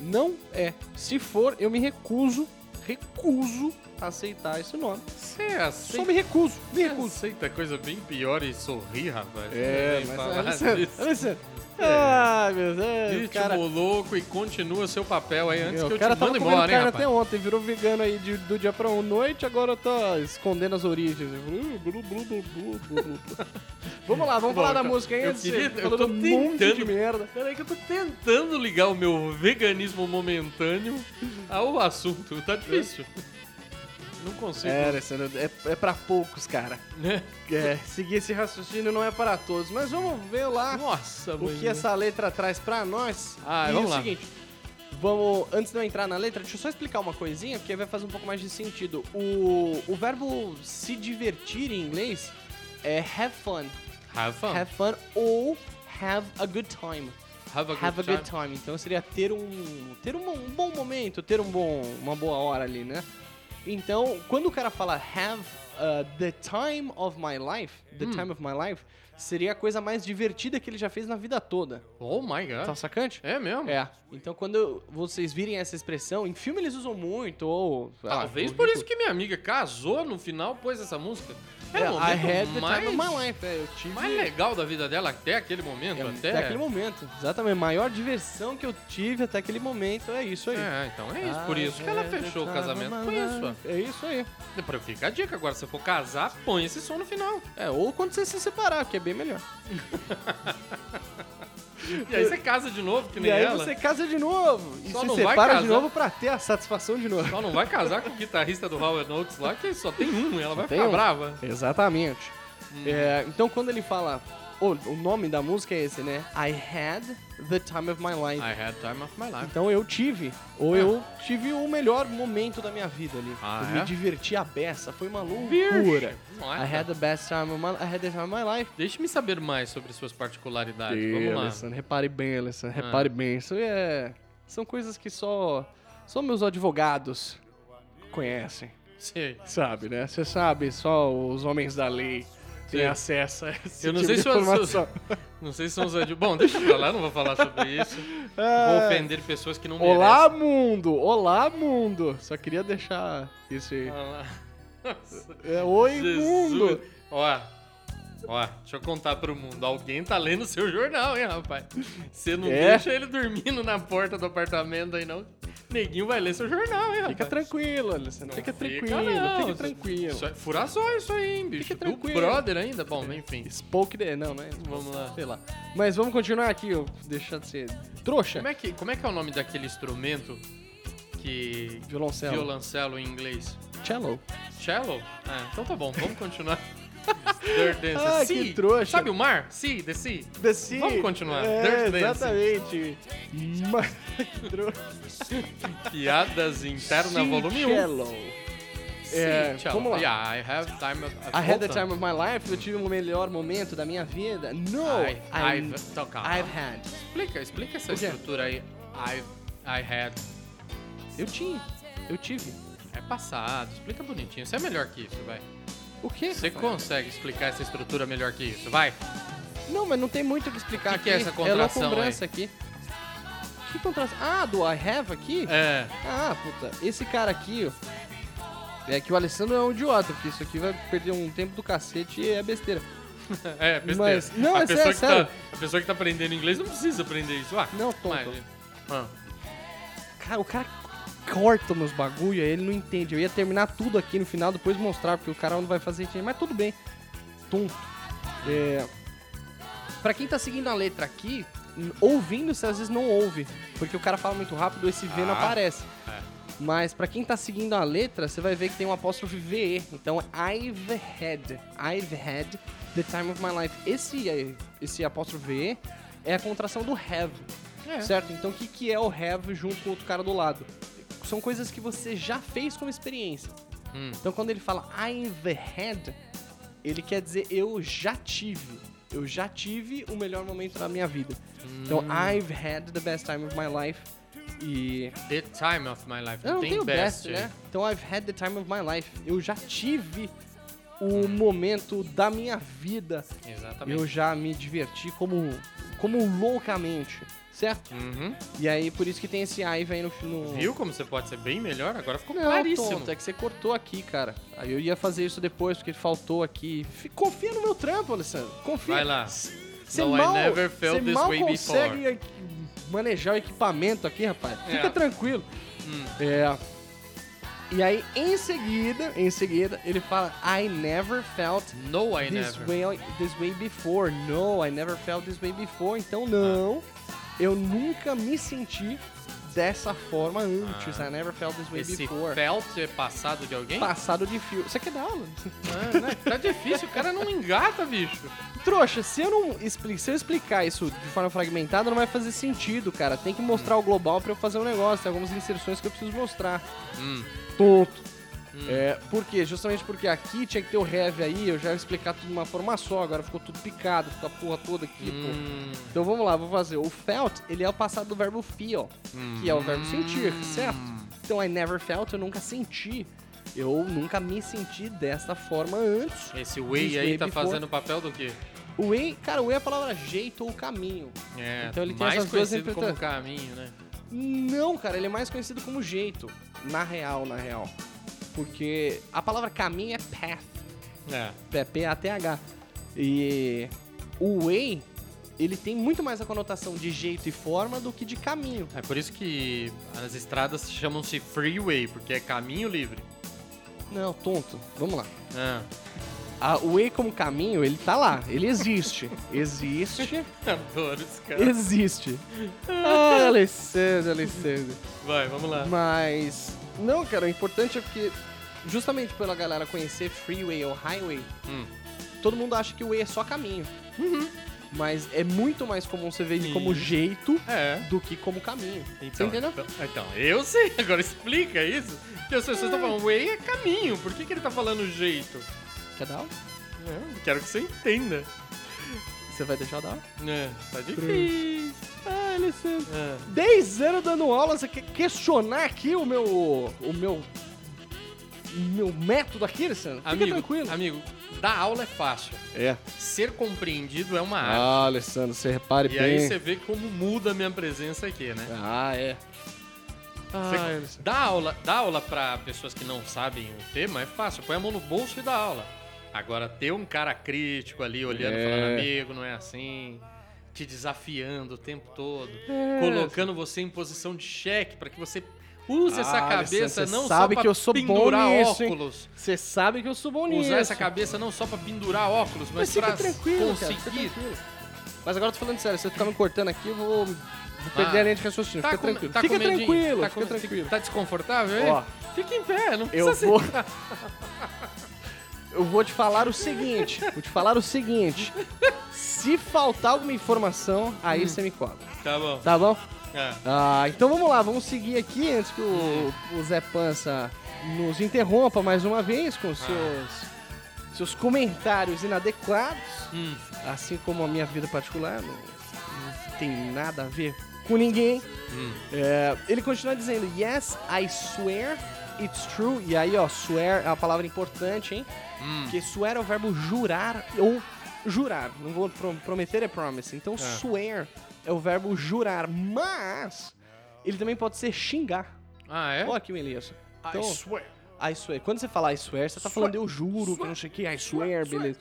[SPEAKER 6] não é. Se for, eu me recuso, recuso a aceitar esse nome.
[SPEAKER 5] Você aceita
[SPEAKER 6] Só me recuso, me recuso.
[SPEAKER 5] Aceita coisa bem pior e sorri, rapaz.
[SPEAKER 6] É,
[SPEAKER 5] Nem <laughs>
[SPEAKER 6] mas
[SPEAKER 5] falar
[SPEAKER 6] Alessandro,
[SPEAKER 5] disso. É.
[SPEAKER 6] Alessandro. Ai, meu Deus,
[SPEAKER 5] Ritmo
[SPEAKER 6] cara.
[SPEAKER 5] louco e continua seu papel aí antes
[SPEAKER 6] Meu,
[SPEAKER 5] que eu
[SPEAKER 6] o cara
[SPEAKER 5] te
[SPEAKER 6] tava
[SPEAKER 5] mando
[SPEAKER 6] comendo
[SPEAKER 5] embora, hein,
[SPEAKER 6] carne
[SPEAKER 5] rapaz.
[SPEAKER 6] até ontem, virou vegano aí de- do dia pra um noite, agora tá escondendo as origens. Blu, blu, blu, blu, blu, blu,
[SPEAKER 5] <laughs>
[SPEAKER 6] blu. vamos lá, vamos
[SPEAKER 5] Bom,
[SPEAKER 6] falar da
[SPEAKER 5] então,
[SPEAKER 6] música aí.
[SPEAKER 5] eu
[SPEAKER 6] antes de-
[SPEAKER 5] queria- eu
[SPEAKER 6] falando
[SPEAKER 5] tô
[SPEAKER 6] um monte de
[SPEAKER 5] tentando-
[SPEAKER 6] merda.
[SPEAKER 5] Peraí que eu tô tentando ligar o meu veganismo momentâneo ao assunto. Tá <laughs> difícil. Não consigo.
[SPEAKER 6] É, Alessandro, é, é pra poucos, cara.
[SPEAKER 5] Né?
[SPEAKER 6] É, seguir esse raciocínio não é para todos, mas vamos ver lá
[SPEAKER 5] Nossa,
[SPEAKER 6] o
[SPEAKER 5] mãe.
[SPEAKER 6] que essa letra traz pra nós.
[SPEAKER 5] é. Ah,
[SPEAKER 6] e
[SPEAKER 5] vamos
[SPEAKER 6] é o
[SPEAKER 5] lá.
[SPEAKER 6] seguinte, vamos, antes de eu entrar na letra, deixa eu só explicar uma coisinha, porque vai fazer um pouco mais de sentido. O, o verbo se divertir em inglês é have fun.
[SPEAKER 5] Have fun.
[SPEAKER 6] Have fun ou have a good time.
[SPEAKER 5] Have a good
[SPEAKER 6] have a
[SPEAKER 5] time.
[SPEAKER 6] good time. Então seria ter um ter um, bom- um bom momento, ter um bom uma boa hora ali, né?
[SPEAKER 5] Hum.
[SPEAKER 6] Então, quando o cara fala have uh, the time of my life, the time of my life, seria a coisa mais divertida que ele já fez na vida toda.
[SPEAKER 5] Oh my god.
[SPEAKER 6] Tá sacante?
[SPEAKER 5] É mesmo?
[SPEAKER 6] É. Então quando vocês virem essa expressão, em filme eles usam muito, ou. sei lá,
[SPEAKER 5] Talvez
[SPEAKER 6] ou-
[SPEAKER 5] por isso que minha amiga casou no final, pôs essa música.
[SPEAKER 6] É,
[SPEAKER 5] Era o
[SPEAKER 6] I had
[SPEAKER 5] momento
[SPEAKER 6] the
[SPEAKER 5] mais,
[SPEAKER 6] time of my life. É, eu tive.
[SPEAKER 5] mais legal da vida dela até aquele momento.
[SPEAKER 6] É,
[SPEAKER 5] até...
[SPEAKER 6] até aquele momento. Exatamente. Maior diversão que eu tive até aquele momento é isso aí.
[SPEAKER 5] É, então é isso. Por isso que ela fechou o casamento com isso. ó.
[SPEAKER 6] É isso aí.
[SPEAKER 5] Depois fica a dica. Agora, se for casar, põe esse som no final.
[SPEAKER 6] É, ou quando você se separar, que é bem melhor.
[SPEAKER 5] E aí você casa de novo, que nem
[SPEAKER 6] e aí
[SPEAKER 5] ela.
[SPEAKER 6] você casa de novo. E
[SPEAKER 5] Só
[SPEAKER 6] se
[SPEAKER 5] não vai
[SPEAKER 6] separa
[SPEAKER 5] casar.
[SPEAKER 6] de novo pra ter a satisfação de novo.
[SPEAKER 5] Só não vai casar com o guitarrista do Howard Notes lá, que só tem um e ela vai
[SPEAKER 6] tem
[SPEAKER 5] ficar
[SPEAKER 6] um.
[SPEAKER 5] brava.
[SPEAKER 6] Exatamente.
[SPEAKER 5] Uhum.
[SPEAKER 6] É, então quando ele fala. o- o nome da música é esse, né? I had the time of my life.
[SPEAKER 5] I had time of my life.
[SPEAKER 6] Então eu tive, ou eu tive o melhor momento da minha vida ali.
[SPEAKER 5] Ah,
[SPEAKER 6] eu me
[SPEAKER 5] é?
[SPEAKER 6] diverti a beça, foi uma
[SPEAKER 5] Virgem.
[SPEAKER 6] loucura.
[SPEAKER 5] Nossa.
[SPEAKER 6] I had the best time of my, I had the time of my life.
[SPEAKER 5] Deixe-me saber mais sobre suas particularidades.
[SPEAKER 6] Ei,
[SPEAKER 5] Vamos lá. Ah.
[SPEAKER 6] Alessandro, repare bem, Alessandro, repare bem. Isso é são coisas que só só meus advogados conhecem,
[SPEAKER 5] Sei.
[SPEAKER 6] sabe, né? Você sabe, só os homens da lei têm
[SPEAKER 5] Sim.
[SPEAKER 6] acesso a esse
[SPEAKER 5] Eu não
[SPEAKER 6] tipo
[SPEAKER 5] sei
[SPEAKER 6] de
[SPEAKER 5] se eu- <laughs>
[SPEAKER 6] informação.
[SPEAKER 5] Não sei se são os adju- Bom, deixa pra lá, não vou falar sobre isso. Vou
[SPEAKER 6] Ah,
[SPEAKER 5] ofender pessoas que não
[SPEAKER 6] Olá, mundo! Olá, mundo! Só queria deixar isso aí.
[SPEAKER 5] merecem. Olá! Nossa,
[SPEAKER 6] É, oi,
[SPEAKER 5] Jesus.
[SPEAKER 6] mundo!
[SPEAKER 5] Ó, ó, deixa eu contar pro mundo. Alguém tá lendo seu jornal, hein, rapaz? Você não
[SPEAKER 6] É.
[SPEAKER 5] deixa ele dormindo na porta do apartamento aí, não. Neguinho vai ler seu jornal, hein, rapaz?
[SPEAKER 6] Fica tranquilo, Alessandro. Fica
[SPEAKER 5] Fica,
[SPEAKER 6] tranquilo,
[SPEAKER 5] não.
[SPEAKER 6] fica tranquilo.
[SPEAKER 5] Isso é furação isso aí, hein, bicho?
[SPEAKER 6] Fica
[SPEAKER 5] Do
[SPEAKER 6] tranquilo.
[SPEAKER 5] brother ainda? Bom, enfim.
[SPEAKER 6] Spoke the... Não, não é...
[SPEAKER 5] Vamos lá.
[SPEAKER 6] Sei lá. Mas vamos continuar aqui, eu deixar de ser trouxa.
[SPEAKER 5] Como é que, como é, que é o nome daquele instrumento que...
[SPEAKER 6] Violoncelo.
[SPEAKER 5] Violoncelo em inglês?
[SPEAKER 6] Cello.
[SPEAKER 5] Shallow? Ah, então tá bom, vamos continuar.
[SPEAKER 6] <laughs>
[SPEAKER 5] Dirt Dancer.
[SPEAKER 6] Ah, que
[SPEAKER 5] Sea.
[SPEAKER 6] trouxa.
[SPEAKER 5] Sabe o mar? Sea, the sea.
[SPEAKER 6] The sea.
[SPEAKER 5] Vamos continuar.
[SPEAKER 6] É,
[SPEAKER 5] Dirty Dancing.
[SPEAKER 6] exatamente. <laughs> Mas... <laughs> que trouxa.
[SPEAKER 5] Piadas internas, volume 1.
[SPEAKER 6] Cello. um. É, vamos lá.
[SPEAKER 5] Yeah, I have time of...
[SPEAKER 6] I had the time of my life. Eu tive o melhor momento da minha vida. No.
[SPEAKER 5] I,
[SPEAKER 6] I'm-
[SPEAKER 5] I've... Então, calma.
[SPEAKER 6] I've had.
[SPEAKER 5] Explica, explica essa
[SPEAKER 6] O quê?
[SPEAKER 5] estrutura aí. I've... I had...
[SPEAKER 6] Eu tinha. Eu tive.
[SPEAKER 5] É passado, explica bonitinho. Você é melhor que isso, vai.
[SPEAKER 6] O quê?
[SPEAKER 5] Você consegue explicar essa estrutura melhor que isso, vai.
[SPEAKER 6] Não, mas não tem muito o que explicar
[SPEAKER 5] Que
[SPEAKER 6] aqui.
[SPEAKER 5] que é essa contração
[SPEAKER 6] é loucumbrança aqui. Que contração? Ah, do I have aqui?
[SPEAKER 5] É, <laughs>
[SPEAKER 6] Ah, puta. Esse cara aqui, ó. É que o Alessandro é um idiota, porque isso aqui vai perder um tempo do cacete e é besteira.
[SPEAKER 5] é, besteira.
[SPEAKER 6] Mas- não,
[SPEAKER 5] a
[SPEAKER 6] é
[SPEAKER 5] pessoa
[SPEAKER 6] sério,
[SPEAKER 5] que
[SPEAKER 6] sério.
[SPEAKER 5] Tá, a pessoa que tá aprendendo inglês não precisa aprender isso. Ah,
[SPEAKER 6] Não, tonto.
[SPEAKER 5] mas- Ah.
[SPEAKER 6] Cara, o cara corta meus bagulho, aí ele não entende. Eu ia terminar tudo aqui no final, depois mostrar, porque o cara não vai fazer isso, mas tudo bem. Tonto. É... Pra quem tá seguindo a letra aqui, n- ouvindo, você às vezes não ouve, porque o cara fala muito rápido, esse V não
[SPEAKER 5] Ah,
[SPEAKER 6] aparece.
[SPEAKER 5] é.
[SPEAKER 6] Mas pra quem tá seguindo a letra, você vai ver que tem um apóstrofe VE. Então, I've had, I've had the time of my life. Esse, eh, esse apóstrofe VE é a contração do have. Certo? Então o que, que é o have junto com o outro cara do lado? São coisas que você já fez como experiência.
[SPEAKER 5] Hum.
[SPEAKER 6] Então quando ele fala I've had, ele quer dizer eu já tive. Eu já tive o melhor momento da minha vida. Então I've had the best time of my life. E.
[SPEAKER 5] The time of my life.
[SPEAKER 6] Eu não
[SPEAKER 5] tem
[SPEAKER 6] tenho
[SPEAKER 5] best, é.
[SPEAKER 6] best, né? Então I've had the time of my life. Eu já tive o momento da minha vida.
[SPEAKER 5] Exatamente.
[SPEAKER 6] Eu já me diverti como, como loucamente, certo?
[SPEAKER 5] Uhum.
[SPEAKER 6] E aí, por isso que tem esse Ive aí no... no...
[SPEAKER 5] Viu como você pode ser bem melhor? Agora ficou
[SPEAKER 6] Não,
[SPEAKER 5] claríssimo.
[SPEAKER 6] tonto, é que você cortou aqui, cara. Aí eu ia fazer isso depois, porque faltou aqui. Fi- Confia no meu trampo, Alessandro. Confia.
[SPEAKER 5] Vai lá.
[SPEAKER 6] Você
[SPEAKER 5] No, I
[SPEAKER 6] mal,
[SPEAKER 5] never felt
[SPEAKER 6] você
[SPEAKER 5] this
[SPEAKER 6] mal
[SPEAKER 5] way
[SPEAKER 6] consegue aqui- manejar o equipamento aqui, rapaz. Fica
[SPEAKER 5] É.
[SPEAKER 6] tranquilo.
[SPEAKER 5] Hum.
[SPEAKER 6] É. E aí, em seguida, em seguida, ele fala, I never felt
[SPEAKER 5] No, I
[SPEAKER 6] this
[SPEAKER 5] never.
[SPEAKER 6] way this way before. No, I never felt this way before. Então não,
[SPEAKER 5] Ah.
[SPEAKER 6] eu nunca me senti dessa forma antes. I never felt this way
[SPEAKER 5] Ah. Esse
[SPEAKER 6] before.
[SPEAKER 5] felt é passado de alguém?
[SPEAKER 6] Passado de fio. Você quer dar aula?
[SPEAKER 5] Ah, né? Tá difícil, o cara não engata, bicho.
[SPEAKER 6] Trouxa, se eu não expli- se eu explicar isso de forma fragmentada, não vai fazer sentido, cara. Tem que mostrar o global pra eu fazer um negócio. Tem algumas inserções que eu preciso mostrar.
[SPEAKER 5] Hum.
[SPEAKER 6] Tonto. É, por quê? Justamente porque aqui tinha que ter o heavy aí, eu já ia explicar tudo de uma forma só, agora ficou tudo picado, ficou a porra toda aqui, pô.
[SPEAKER 5] Hum.
[SPEAKER 6] Então vamos lá, vou fazer. O felt, ele é o passado do verbo feel, que é o
[SPEAKER 5] Hum.
[SPEAKER 6] verbo sentir, certo? Então I never felt, eu nunca senti. Eu nunca me senti dessa forma antes.
[SPEAKER 5] Esse way
[SPEAKER 6] This
[SPEAKER 5] aí
[SPEAKER 6] way
[SPEAKER 5] tá
[SPEAKER 6] before.
[SPEAKER 5] fazendo o papel do quê?
[SPEAKER 6] Way, cara, way é a palavra jeito ou caminho.
[SPEAKER 5] É,
[SPEAKER 6] Então ele tem
[SPEAKER 5] mais
[SPEAKER 6] essas duas
[SPEAKER 5] conhecido como
[SPEAKER 6] interpreta-
[SPEAKER 5] caminho, né?
[SPEAKER 6] Não, cara, ele é mais conhecido como jeito. Na real, na real. Porque a palavra caminho é path.
[SPEAKER 5] É.
[SPEAKER 6] É P-A-T-H. E o way, ele tem muito mais a conotação de jeito e forma do que de caminho.
[SPEAKER 5] É por isso que as estradas chamam-se freeway, porque é caminho livre.
[SPEAKER 6] Não, tonto. Vamos lá.
[SPEAKER 5] Ah.
[SPEAKER 6] A o way como caminho, ele tá lá. Ele existe. Existe.
[SPEAKER 5] <laughs> Adoro esse cara.
[SPEAKER 6] Existe. Ah, Alessandro, Alessandro.
[SPEAKER 5] Vai, vamos lá.
[SPEAKER 6] Mas, não, cara, o importante é porque, justamente pela galera conhecer freeway ou highway,
[SPEAKER 5] Hum. Uhum.
[SPEAKER 6] todo mundo acha que o way é só caminho. Mas é muito mais comum você ver ele como
[SPEAKER 5] Sim.
[SPEAKER 6] jeito
[SPEAKER 5] É.
[SPEAKER 6] do que como caminho. Você
[SPEAKER 5] Então,
[SPEAKER 6] entendeu?
[SPEAKER 5] Então, então, eu sei. <laughs> Agora explica isso. Que as pessoas estão falando, way é caminho. Por que, que ele tá falando jeito?
[SPEAKER 6] Quer dar aula?
[SPEAKER 5] Eu quero que você entenda.
[SPEAKER 6] Você vai deixar dar aula?
[SPEAKER 5] É, tá difícil.
[SPEAKER 6] Ah, Alessandro.
[SPEAKER 5] É.
[SPEAKER 6] 10 anos dando aula, você quer questionar aqui o meu. o meu. o meu método aqui, Alessandro? Fica
[SPEAKER 5] Amigo,
[SPEAKER 6] tranquilo.
[SPEAKER 5] amigo, dar aula é fácil.
[SPEAKER 6] É.
[SPEAKER 5] Ser compreendido é uma arte.
[SPEAKER 6] Ah, Alessandro, você repare
[SPEAKER 5] e aí você vê como muda a minha presença aqui, né?
[SPEAKER 6] Ah, é. Ah,
[SPEAKER 5] Você dá aula, dá aula para pessoas que não sabem o tema é fácil, põe a mão no bolso e dá aula. Agora ter um cara crítico ali olhando,
[SPEAKER 6] É.
[SPEAKER 5] falando amigo, não é assim, te desafiando o tempo todo,
[SPEAKER 6] É.
[SPEAKER 5] colocando você em posição de cheque para que você use essa
[SPEAKER 6] Ah,
[SPEAKER 5] cabeça
[SPEAKER 6] Alessandro, você
[SPEAKER 5] não
[SPEAKER 6] sabe
[SPEAKER 5] só pra
[SPEAKER 6] que eu sou bom
[SPEAKER 5] pendurar
[SPEAKER 6] nisso, hein?
[SPEAKER 5] óculos.
[SPEAKER 6] Você sabe que eu sou bom
[SPEAKER 5] Usar
[SPEAKER 6] nisso.
[SPEAKER 5] essa cabeça não só pra pendurar óculos, mas,
[SPEAKER 6] Mas
[SPEAKER 5] pra
[SPEAKER 6] fica tranquilo, cara. fica
[SPEAKER 5] conseguir.
[SPEAKER 6] tranquilo. Mas agora eu tô falando sério, se eu ficar me cortando aqui, eu vou, vou perder
[SPEAKER 5] Ah,
[SPEAKER 6] a linha de raciocínio.
[SPEAKER 5] Tá
[SPEAKER 6] fica
[SPEAKER 5] com-
[SPEAKER 6] tranquilo.
[SPEAKER 5] tá com
[SPEAKER 6] fica
[SPEAKER 5] medinho?
[SPEAKER 6] tranquilo,
[SPEAKER 5] Tá com-
[SPEAKER 6] fica tranquilo.
[SPEAKER 5] Tá desconfortável aí?
[SPEAKER 6] Ó.
[SPEAKER 5] Fica em pé, não
[SPEAKER 6] Eu
[SPEAKER 5] precisa
[SPEAKER 6] vou-
[SPEAKER 5] sentar.
[SPEAKER 6] <laughs> Eu vou te falar o seguinte, vou te falar o seguinte. Se faltar alguma informação, aí você me cobra.
[SPEAKER 5] Tá bom.
[SPEAKER 6] Tá bom?
[SPEAKER 5] É.
[SPEAKER 6] Ah, então vamos lá, vamos seguir aqui antes que o, o Zé Pança nos interrompa mais uma vez com seus seus comentários inadequados,
[SPEAKER 5] Hum.
[SPEAKER 6] assim como a minha vida particular, não, não tem nada a ver com ninguém. É, ele continua dizendo: Yes, I swear it's true. E aí, ó, swear é uma palavra importante, hein? Porque swear é o verbo jurar ou jurar. Não vou pro- prometer é promise. Então, swear é o verbo jurar, mas ele também pode ser xingar.
[SPEAKER 5] Ah, é?
[SPEAKER 6] Olha que beleza.
[SPEAKER 4] Ah,
[SPEAKER 6] Então, I,
[SPEAKER 5] swear.
[SPEAKER 6] swear. Quando você fala I swear, você tá falando eu juro, que não sei o que, é I swear, beleza.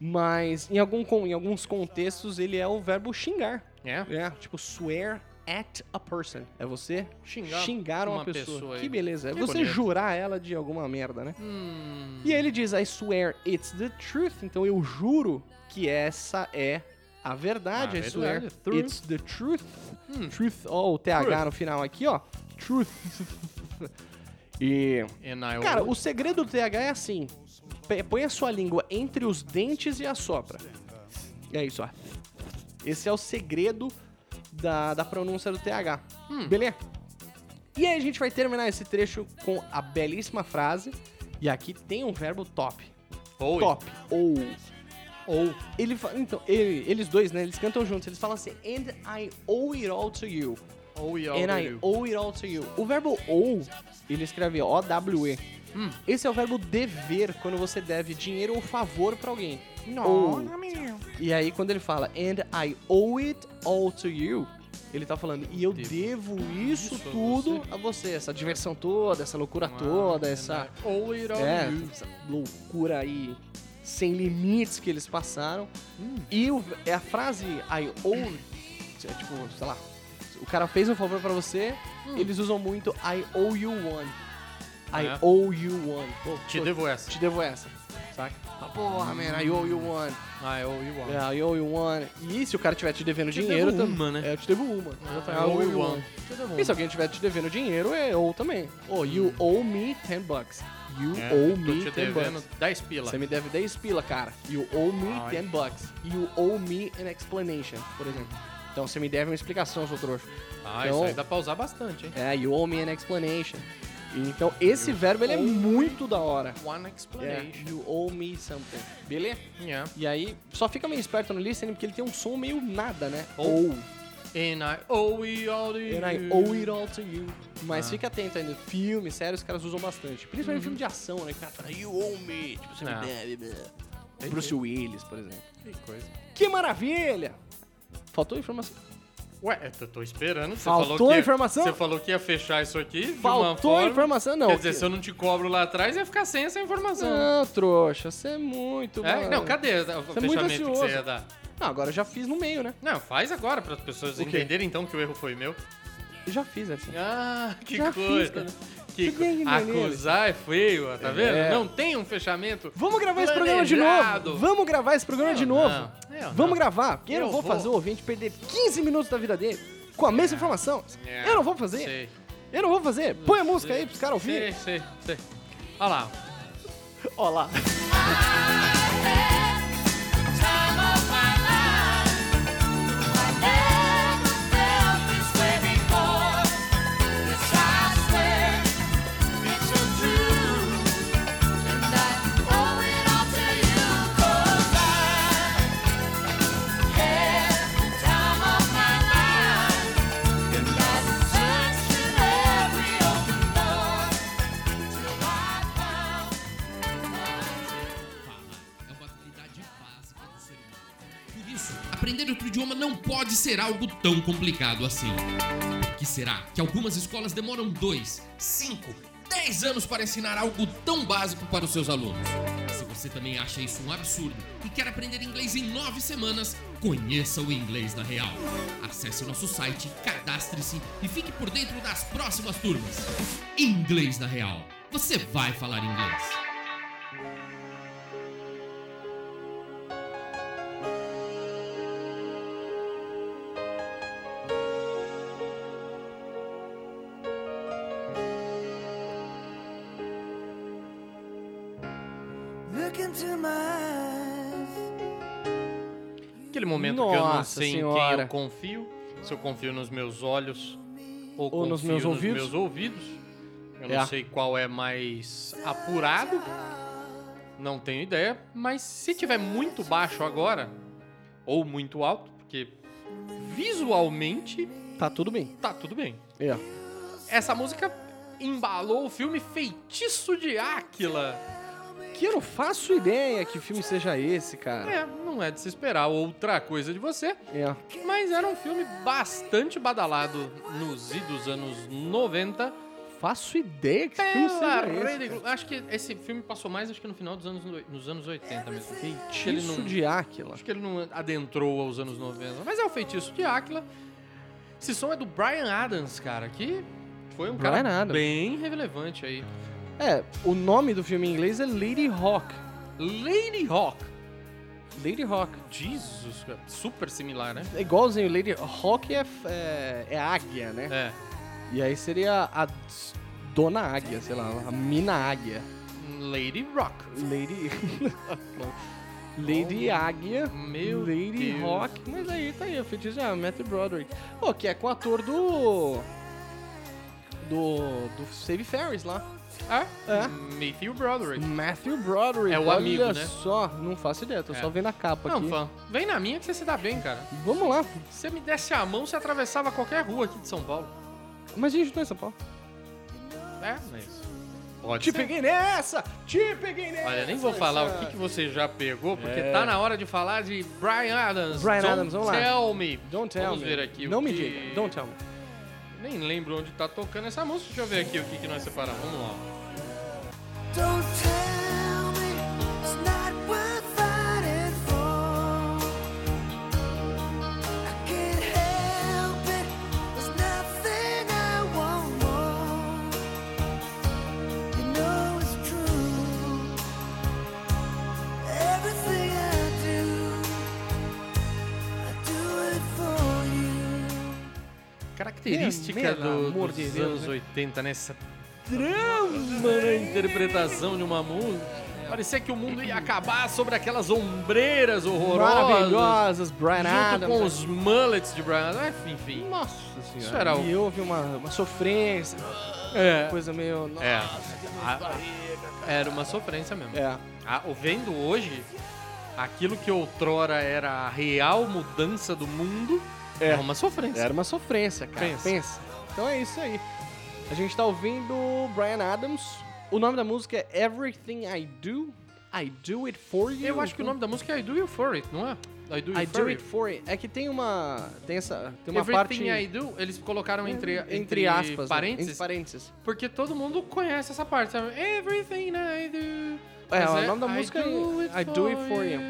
[SPEAKER 6] Mas em, algum, con- em alguns contextos ele é o verbo xingar.
[SPEAKER 5] É?
[SPEAKER 6] É, tipo, swear at a person. É você
[SPEAKER 5] Xingar
[SPEAKER 6] xingar, uma,
[SPEAKER 5] uma
[SPEAKER 6] pessoa.
[SPEAKER 5] pessoa aí.
[SPEAKER 6] que beleza. É
[SPEAKER 5] Que
[SPEAKER 6] você
[SPEAKER 5] bonito.
[SPEAKER 6] jurar ela de alguma merda, né?
[SPEAKER 5] Hum.
[SPEAKER 6] E aí ele diz, I swear it's the truth. Então eu juro que essa é a verdade.
[SPEAKER 5] A
[SPEAKER 6] I
[SPEAKER 5] verdade, é
[SPEAKER 6] swear
[SPEAKER 5] truth. Hum.
[SPEAKER 6] it's the truth. Truth, ó, o TH
[SPEAKER 5] Truth.
[SPEAKER 6] no final aqui, ó. Truth. <laughs> e...
[SPEAKER 5] And I
[SPEAKER 6] Cara,
[SPEAKER 5] will-
[SPEAKER 6] o segredo do TH é assim. Pe- Põe a sua língua entre os dentes e assopra. É isso, ó. Esse é o segredo da, da pronúncia do TH. Beleza? E aí a gente vai terminar esse trecho com a belíssima frase. E aqui tem um verbo top.
[SPEAKER 5] Oi.
[SPEAKER 6] Top. Ou.
[SPEAKER 5] Ou.
[SPEAKER 6] Ele fa- Então, ele- eles dois, né? Eles cantam juntos. Eles falam assim, and I owe it all to you.
[SPEAKER 5] Ou e all
[SPEAKER 6] And I
[SPEAKER 5] you.
[SPEAKER 6] owe it all to you. O verbo owe, ele escreve O-W-E.
[SPEAKER 5] Hum.
[SPEAKER 6] Esse é o verbo dever, quando você deve dinheiro ou favor pra alguém. Owe. E aí, quando ele fala, and I owe it all to you, ele tá falando, e eu devo,
[SPEAKER 5] isso
[SPEAKER 6] isso
[SPEAKER 5] a
[SPEAKER 6] tudo
[SPEAKER 5] você." é
[SPEAKER 6] a você. Essa diversão toda, essa loucura toda, essa,
[SPEAKER 5] Ah, né? Ou it all
[SPEAKER 6] é,
[SPEAKER 5] you.
[SPEAKER 6] essa loucura aí sem limites que eles passaram.
[SPEAKER 5] Hum.
[SPEAKER 6] E o- é a frase I owe, é tipo, sei lá, o cara fez um favor pra você,
[SPEAKER 5] Hum.
[SPEAKER 6] eles usam muito I owe you one. I
[SPEAKER 5] É.
[SPEAKER 6] owe you one. Pô,
[SPEAKER 5] Te
[SPEAKER 6] pô,
[SPEAKER 5] devo essa.
[SPEAKER 6] te devo essa. Saca? Ah, Porra, man, I owe you one.
[SPEAKER 5] I owe you one.
[SPEAKER 6] É, I owe you one. E se o cara tiver te devendo
[SPEAKER 5] Te
[SPEAKER 6] dinheiro
[SPEAKER 5] devo
[SPEAKER 6] também.
[SPEAKER 5] uma, né?
[SPEAKER 6] É, eu te devo uma.
[SPEAKER 5] I owe you one. Te devo
[SPEAKER 6] E se
[SPEAKER 5] uma. Hum.
[SPEAKER 6] alguém tiver te devendo dinheiro, é ou também. Oh, you owe me 10 bucks. You
[SPEAKER 5] É,
[SPEAKER 6] owe
[SPEAKER 5] tô
[SPEAKER 6] me
[SPEAKER 5] te
[SPEAKER 6] 10
[SPEAKER 5] devendo
[SPEAKER 6] bucks.
[SPEAKER 5] 10 pila.
[SPEAKER 6] Você me deve 10 pila, cara. You owe me
[SPEAKER 5] Ai.
[SPEAKER 6] 10 bucks. You owe me an explanation, por exemplo. Então você me deve uma explicação, seu trouxa.
[SPEAKER 5] Ah,
[SPEAKER 6] Então-
[SPEAKER 5] isso aí dá pra usar bastante, hein?
[SPEAKER 6] É, you owe me an explanation. Então esse verbo ele é muito da hora.
[SPEAKER 5] One
[SPEAKER 6] É,
[SPEAKER 5] explanation.
[SPEAKER 6] you owe me something. Beleza?
[SPEAKER 5] Yeah.
[SPEAKER 6] E aí, só fica meio esperto no listening porque ele tem um som meio nada, né?
[SPEAKER 5] Ou. And I owe it all to you. Ah.
[SPEAKER 6] And I owe it all to you. Mas fica atento ainda. Filme, sério, os caras usam bastante. Principalmente filme de ação, né? Que o cara fala, you owe me. Tipo, você
[SPEAKER 5] Uhum. Ah.
[SPEAKER 6] me deve. blá.
[SPEAKER 5] Entendi.
[SPEAKER 6] Bruce Willis, por exemplo.
[SPEAKER 5] Que coisa.
[SPEAKER 6] Que maravilha! Faltou informação.
[SPEAKER 5] Ué, eu tô, tô esperando. Você
[SPEAKER 6] Faltou
[SPEAKER 5] falou que ia-
[SPEAKER 6] informação?
[SPEAKER 5] Você falou que ia fechar isso aqui. de uma
[SPEAKER 6] Faltou
[SPEAKER 5] forma.
[SPEAKER 6] informação, não.
[SPEAKER 5] Quer dizer, se eu não te cobro lá atrás, ia ficar sem essa informação.
[SPEAKER 6] Não, trouxa, você é muito.
[SPEAKER 5] É?
[SPEAKER 6] mal-
[SPEAKER 5] Não, cadê o
[SPEAKER 6] é muito
[SPEAKER 5] fechamento que
[SPEAKER 6] ansioso.
[SPEAKER 5] você ia dar?
[SPEAKER 6] Ah, agora eu já fiz no meio, né?
[SPEAKER 5] Não, faz agora para as pessoas
[SPEAKER 6] O quê?
[SPEAKER 5] entenderem então que o erro foi meu.
[SPEAKER 6] Eu já fiz essa.
[SPEAKER 5] Ah, que
[SPEAKER 6] Já fiz,
[SPEAKER 5] coisa.
[SPEAKER 6] cara.
[SPEAKER 5] que
[SPEAKER 6] Você tem que
[SPEAKER 5] co...
[SPEAKER 6] entender.
[SPEAKER 5] Acusar é feio, ó, tá vendo?
[SPEAKER 6] É.
[SPEAKER 5] Não tem um fechamento.
[SPEAKER 6] Vamos gravar esse programa de novo!
[SPEAKER 5] Planejado.
[SPEAKER 6] Vamos gravar esse programa
[SPEAKER 5] Eu
[SPEAKER 6] de novo!
[SPEAKER 5] não, eu
[SPEAKER 6] Vamos
[SPEAKER 5] não.
[SPEAKER 6] gravar, porque eu, não
[SPEAKER 5] Eu
[SPEAKER 6] vou,
[SPEAKER 5] vou.
[SPEAKER 6] fazer o ouvinte perder 15 minutos da vida dele com a mesma informação.
[SPEAKER 5] É,
[SPEAKER 6] Eu não vou fazer!
[SPEAKER 5] Sei,
[SPEAKER 6] Eu não vou fazer! Põe a música
[SPEAKER 5] sei.
[SPEAKER 6] aí pros caras
[SPEAKER 5] sei,
[SPEAKER 6] ouvirem!
[SPEAKER 5] sei, sei. Olha lá.
[SPEAKER 6] Ó lá!
[SPEAKER 7] é uma habilidade básica do ser humano. Por isso, aprender outro idioma não pode ser algo tão complicado assim. Que será que algumas escolas demoram dois, cinco, dez anos para ensinar algo tão básico para os seus alunos? Se você também acha isso um absurdo e quer aprender inglês em nove semanas, conheça o Inglês na Real. Acesse nosso site, cadastre-se e fique por dentro das próximas turmas. Inglês na Real. Você vai falar inglês.
[SPEAKER 8] Look into my eyes.
[SPEAKER 5] Aquele momento que eu não
[SPEAKER 6] Nossa
[SPEAKER 5] sei em
[SPEAKER 6] senhora.
[SPEAKER 5] quem eu confio, se eu confio nos meus olhos ou,
[SPEAKER 6] Ou
[SPEAKER 5] confio
[SPEAKER 6] nos
[SPEAKER 5] nos
[SPEAKER 6] meus
[SPEAKER 5] meus,
[SPEAKER 6] ouvidos.
[SPEAKER 5] ouvidos. Eu
[SPEAKER 6] É.
[SPEAKER 5] não sei qual é mais apurado, não tenho ideia, mas se tiver muito baixo agora, ou muito alto, porque visualmente
[SPEAKER 6] Tá tudo bem.
[SPEAKER 5] tá tudo bem.
[SPEAKER 6] É.
[SPEAKER 5] Essa música embalou o filme Feitiço de Áquila.
[SPEAKER 6] Que eu não faço ideia que filme seja esse, cara.
[SPEAKER 5] É, não é de se esperar outra coisa de você,
[SPEAKER 6] É.
[SPEAKER 5] Mas era um filme bastante badalado nos idos anos 90
[SPEAKER 6] Faço ideia que esse filme
[SPEAKER 5] pela
[SPEAKER 6] seja esse.
[SPEAKER 5] Rede Globo. Acho que esse filme passou mais acho que no final dos anos noi- nos anos 80 mesmo. Acho que ele
[SPEAKER 6] é um Feitiço
[SPEAKER 5] não,
[SPEAKER 6] de Áquila.
[SPEAKER 5] acho que ele não adentrou aos anos 90, mas é o feitiço de Áquila. Esse som é do Brian Adams, cara, que foi um
[SPEAKER 6] Bryan
[SPEAKER 5] cara
[SPEAKER 6] Adams.
[SPEAKER 5] bem relevante aí.
[SPEAKER 6] É, o nome do filme em inglês é Lady Hawk.
[SPEAKER 5] Lady Hawk.
[SPEAKER 6] Lady Hawk.
[SPEAKER 5] Jesus, cara, super similar, né?
[SPEAKER 6] É igualzinho, Lady Hawk é, f- é, é águia, né?
[SPEAKER 5] É.
[SPEAKER 6] E aí seria a s- Dona Águia, sei lá, a Mina Águia.
[SPEAKER 5] Lady Rock.
[SPEAKER 6] Lady. <laughs> Lady Águia.
[SPEAKER 5] Oh, Meu
[SPEAKER 6] Lady
[SPEAKER 5] Deus.
[SPEAKER 6] Rock. Mas aí tá aí, eu fiz já, Matthew Broderick. Pô, que é com o ator do. Do. Do Save Ferris lá.
[SPEAKER 5] Ah,
[SPEAKER 6] É.
[SPEAKER 5] Matthew Broderick.
[SPEAKER 6] Matthew Broderick.
[SPEAKER 5] É o
[SPEAKER 6] olha
[SPEAKER 5] amigo, né?
[SPEAKER 6] só, não faço ideia, tô
[SPEAKER 5] É.
[SPEAKER 6] só vendo a capa
[SPEAKER 5] Não,
[SPEAKER 6] aqui.
[SPEAKER 5] fã. Vem na minha que você se dá bem, cara.
[SPEAKER 6] Vamos lá.
[SPEAKER 5] Se você me desse a mão, você atravessava qualquer rua aqui de São Paulo.
[SPEAKER 6] Mas a gente não é São Paulo.
[SPEAKER 5] É, mas. Pode
[SPEAKER 6] Te
[SPEAKER 5] ser.
[SPEAKER 6] peguei nessa! Te peguei nessa!
[SPEAKER 5] Olha, nem vou falar o que, que você já pegou, porque tá na hora de falar de Brian Adams.
[SPEAKER 6] Bryan
[SPEAKER 5] Don't
[SPEAKER 6] É. Adams, vamos lá.
[SPEAKER 5] Tell me.
[SPEAKER 6] Don't tell
[SPEAKER 5] Vamos
[SPEAKER 6] me.
[SPEAKER 5] ver aqui o
[SPEAKER 6] Não me
[SPEAKER 5] que-
[SPEAKER 6] diga. Don't tell me.
[SPEAKER 5] Nem lembro onde tá tocando essa música. Deixa eu ver aqui o que, que nós separamos. Vamos lá.
[SPEAKER 8] Don't tell me it's not worth fighting for. I can't help it. There's nothing I want more. You know it's true. Everything I do, I do it for you.
[SPEAKER 5] Característica
[SPEAKER 6] É, pelo
[SPEAKER 5] do,
[SPEAKER 6] amor
[SPEAKER 5] dos
[SPEAKER 6] de Deus,
[SPEAKER 5] anos
[SPEAKER 6] né?
[SPEAKER 5] 80, nessa drama na interpretação de uma música. Parecia que o mundo ia acabar sobre aquelas ombreiras horrorosas.
[SPEAKER 6] Maravilhosas, Brian
[SPEAKER 5] Junto
[SPEAKER 6] Adams. né?
[SPEAKER 5] com os mullets de Brian Adams. Enfim.
[SPEAKER 6] Nossa senhora.
[SPEAKER 5] Isso era o-
[SPEAKER 6] um- E houve uma, uma sofrência,
[SPEAKER 5] É.
[SPEAKER 6] coisa meio...
[SPEAKER 5] É. A- Era uma sofrência mesmo.
[SPEAKER 6] É.
[SPEAKER 5] A- o vendo hoje, aquilo que outrora era a real mudança do mundo,
[SPEAKER 6] É.
[SPEAKER 5] é, uma sofrência.
[SPEAKER 6] Era uma sofrência, cara. Pensa.
[SPEAKER 5] Pensa.
[SPEAKER 6] Então é isso aí. A gente tá ouvindo Brian Adams. O nome da música é Everything I Do. I do it for you.
[SPEAKER 5] Eu acho que o nome da música é I Do You For It, não é? I Do You
[SPEAKER 6] I
[SPEAKER 5] For
[SPEAKER 6] do
[SPEAKER 5] It.
[SPEAKER 6] it for it. É que tem uma. Tem essa. Tem uma
[SPEAKER 5] Everything
[SPEAKER 6] parte.
[SPEAKER 5] I Do, eles colocaram entre, entre,
[SPEAKER 6] entre aspas. né? Entre
[SPEAKER 5] parênteses,
[SPEAKER 6] parênteses.
[SPEAKER 5] porque todo mundo conhece essa parte, sabe? Everything I Do.
[SPEAKER 6] É,
[SPEAKER 5] Mas
[SPEAKER 6] o nome da música é I Do It For You.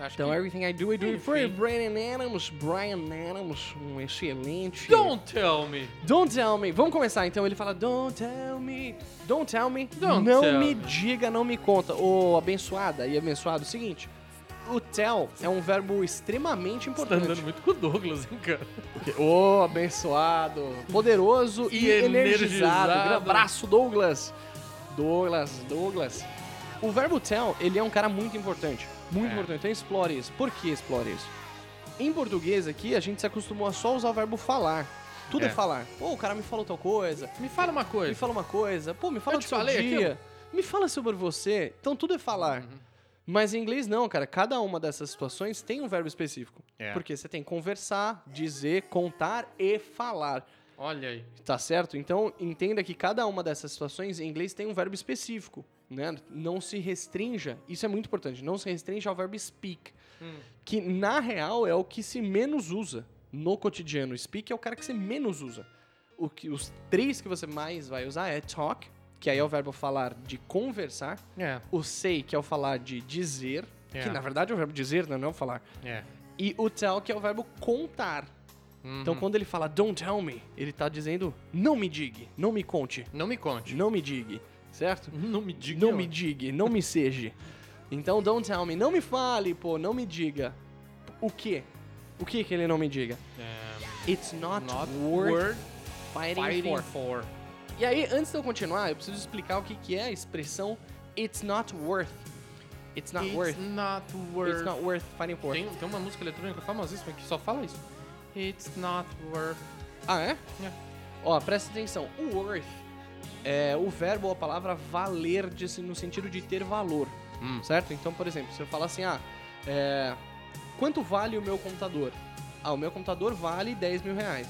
[SPEAKER 5] Acho
[SPEAKER 6] Então,
[SPEAKER 5] que...
[SPEAKER 6] Everything I Do, I Do It For You.
[SPEAKER 5] Enfim.
[SPEAKER 6] Brian Adams, Brian Adams, um excelente.
[SPEAKER 5] Don't Tell Me. tá
[SPEAKER 6] Don't tell me. Vamos começar então. Ele fala, don't tell me. Don't tell me.
[SPEAKER 5] Don't
[SPEAKER 6] não
[SPEAKER 5] tell me.
[SPEAKER 6] me diga, não me conta. Ô, abençoada e abençoado, é o seguinte. O tell é um verbo
[SPEAKER 5] Você
[SPEAKER 6] extremamente
[SPEAKER 5] tá
[SPEAKER 6] importante.
[SPEAKER 5] andando muito com o Douglas, hein, cara?
[SPEAKER 6] Ô, abençoado, poderoso e,
[SPEAKER 5] E
[SPEAKER 6] energizado.
[SPEAKER 5] energizado.
[SPEAKER 6] Grande abraço, Douglas. Douglas, Douglas. O verbo tell, ele é um cara muito importante. Muito
[SPEAKER 5] É.
[SPEAKER 6] importante. Então explore isso. Por que explore isso? Em português aqui, a gente se acostumou a só usar o verbo falar. Tudo é,
[SPEAKER 5] É.
[SPEAKER 6] falar. Pô, o cara me falou tal coisa.
[SPEAKER 5] Me fala uma coisa.
[SPEAKER 6] Me fala uma coisa. Pô, me fala
[SPEAKER 5] Eu
[SPEAKER 6] do
[SPEAKER 5] te
[SPEAKER 6] seu
[SPEAKER 5] falei Uhum.
[SPEAKER 6] dia. Me fala sobre você. Então tudo é falar. Mas em inglês não, cara. Cada uma dessas situações tem um verbo específico.
[SPEAKER 5] É.
[SPEAKER 6] Porque você tem conversar, dizer, contar e falar.
[SPEAKER 5] Olha aí.
[SPEAKER 6] Tá certo? Então entenda que cada uma dessas situações em inglês tem um verbo específico. Né? Não se restrinja, isso é muito importante, não se restrinja ao verbo speak. Que na real é o que se menos usa no cotidiano. Speak é o cara que se menos usa. O que, os três que você mais vai usar é talk, que aí é o verbo falar de conversar.
[SPEAKER 5] É,
[SPEAKER 6] O say, que é o falar de dizer,
[SPEAKER 5] É.
[SPEAKER 6] que na verdade é o verbo dizer, né? não é o falar.
[SPEAKER 5] é.
[SPEAKER 6] E o tell, que é o verbo contar.
[SPEAKER 5] Uhum.
[SPEAKER 6] Então quando ele fala don't tell me, ele tá dizendo não me diga, não me conte,
[SPEAKER 5] Não me conte.
[SPEAKER 6] não me diga, certo?
[SPEAKER 5] Não me Uhum. diga.
[SPEAKER 6] Não me diga, não me seja. Então don't tell me, não me fale, pô, não me diga. O quê? O que que ele não me diga? It's not,
[SPEAKER 5] É. Not
[SPEAKER 6] worth,
[SPEAKER 5] worth
[SPEAKER 6] fighting,
[SPEAKER 5] fighting
[SPEAKER 6] for.
[SPEAKER 5] for.
[SPEAKER 6] E aí, antes de eu continuar, eu preciso explicar o que que é a expressão it's not worth. It's not worth.
[SPEAKER 5] It's not
[SPEAKER 6] It's
[SPEAKER 5] worth.
[SPEAKER 6] not worth fighting for.
[SPEAKER 5] Tem, tem uma música eletrônica famosíssima que só fala isso. It's not worth.
[SPEAKER 6] Ah, é?
[SPEAKER 5] É.
[SPEAKER 6] Ó, presta atenção. O worth é o verbo ou a palavra valer de- no sentido de ter valor,
[SPEAKER 5] Hum.
[SPEAKER 6] certo? Então, por exemplo, se eu falar assim, ah, é, quanto vale o meu computador? Ah, o meu computador vale 10 mil reais.